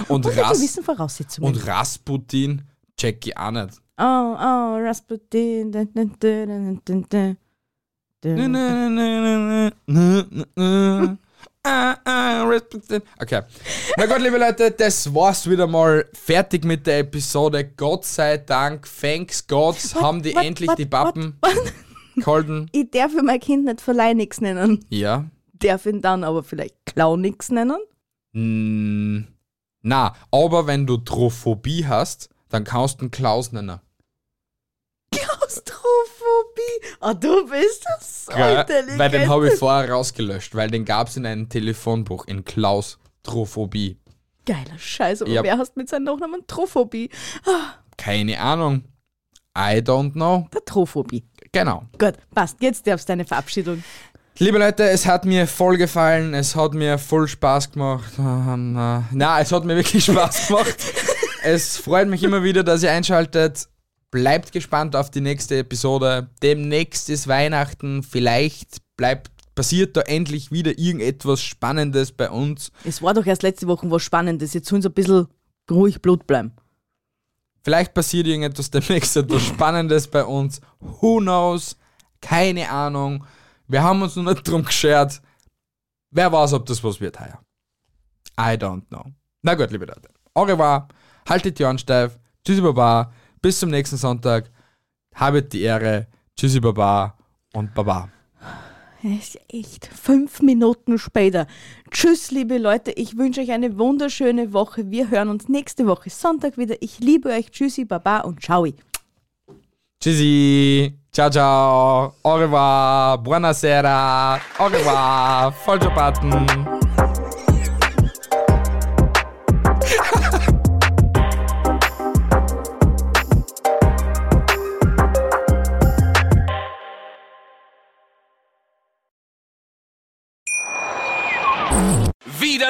B: Und,
A: Unter
B: Ras
A: gewissen Voraussetzungen.
B: und Rasputin check ich auch nicht.
A: oh, oh, Rasputin. Dun, dun, dun, dun, dun, dun,
B: Nö,
A: dun.
B: nö, nö, nö, nö, nö, nö. Ah, ah, Rasputin. Okay. Na gut, liebe Leute, das war's wieder mal. Fertig mit der Episode. Gott sei Dank, thanks God, haben die
A: what,
B: endlich
A: what,
B: die Pappen gehalten.
A: Ich darf für mein Kind nicht Verleih nichts nennen.
B: Ja.
A: Darf ihn dann aber vielleicht Clown nichts nennen?
B: Mm, na, aber wenn du Trophobie hast, dann kannst du einen Klaus nennen.
A: Klaustrophobie. Oh, du bist das so
B: Gell?
A: intelligent.
B: Weil den habe ich vorher rausgelöscht, weil den gab's in einem Telefonbuch, in Klaus Trophobie.
A: Geiler Scheiß, aber
B: Ja.
A: wer hast mit seinem Nachnamen Trophobie? Ah,
B: Keine Ahnung. I don't know.
A: Der Trophobie.
B: Genau.
A: Gut, passt. Jetzt darfst du deine Verabschiedung.
B: Liebe Leute, es hat mir voll gefallen, es hat mir voll Spaß gemacht. Na, es hat mir wirklich Spaß gemacht. es freut mich immer wieder, dass ihr einschaltet. Bleibt gespannt auf die nächste Episode. Demnächst ist Weihnachten. Vielleicht bleibt, passiert da endlich wieder irgendetwas Spannendes bei uns.
A: Es war doch erst letzte Woche was Spannendes. Jetzt sollen sie ein bisschen ruhig Blut bleiben.
B: Vielleicht passiert irgendetwas demnächst etwas Spannendes bei uns. Who knows? Keine Ahnung. Wir haben uns noch nicht drum geschert. Wer weiß, ob das was wird heuer. I don't know. Na gut, liebe Leute. Au haltet die Ohren steif. Tschüssi Baba. Bis zum nächsten Sonntag. Habet die Ehre. Tschüssi Baba und Baba.
A: Es ist echt fünf Minuten später. Tschüss, liebe Leute. Ich wünsche euch eine wunderschöne Woche. Wir hören uns nächste Woche Sonntag wieder. Ich liebe euch. Tschüssi, Baba und Ciao.
B: Tschüssi. Ciao, ciao. Au revoir. Buonasera. Au revoir. Vollschopaten.
C: Wieder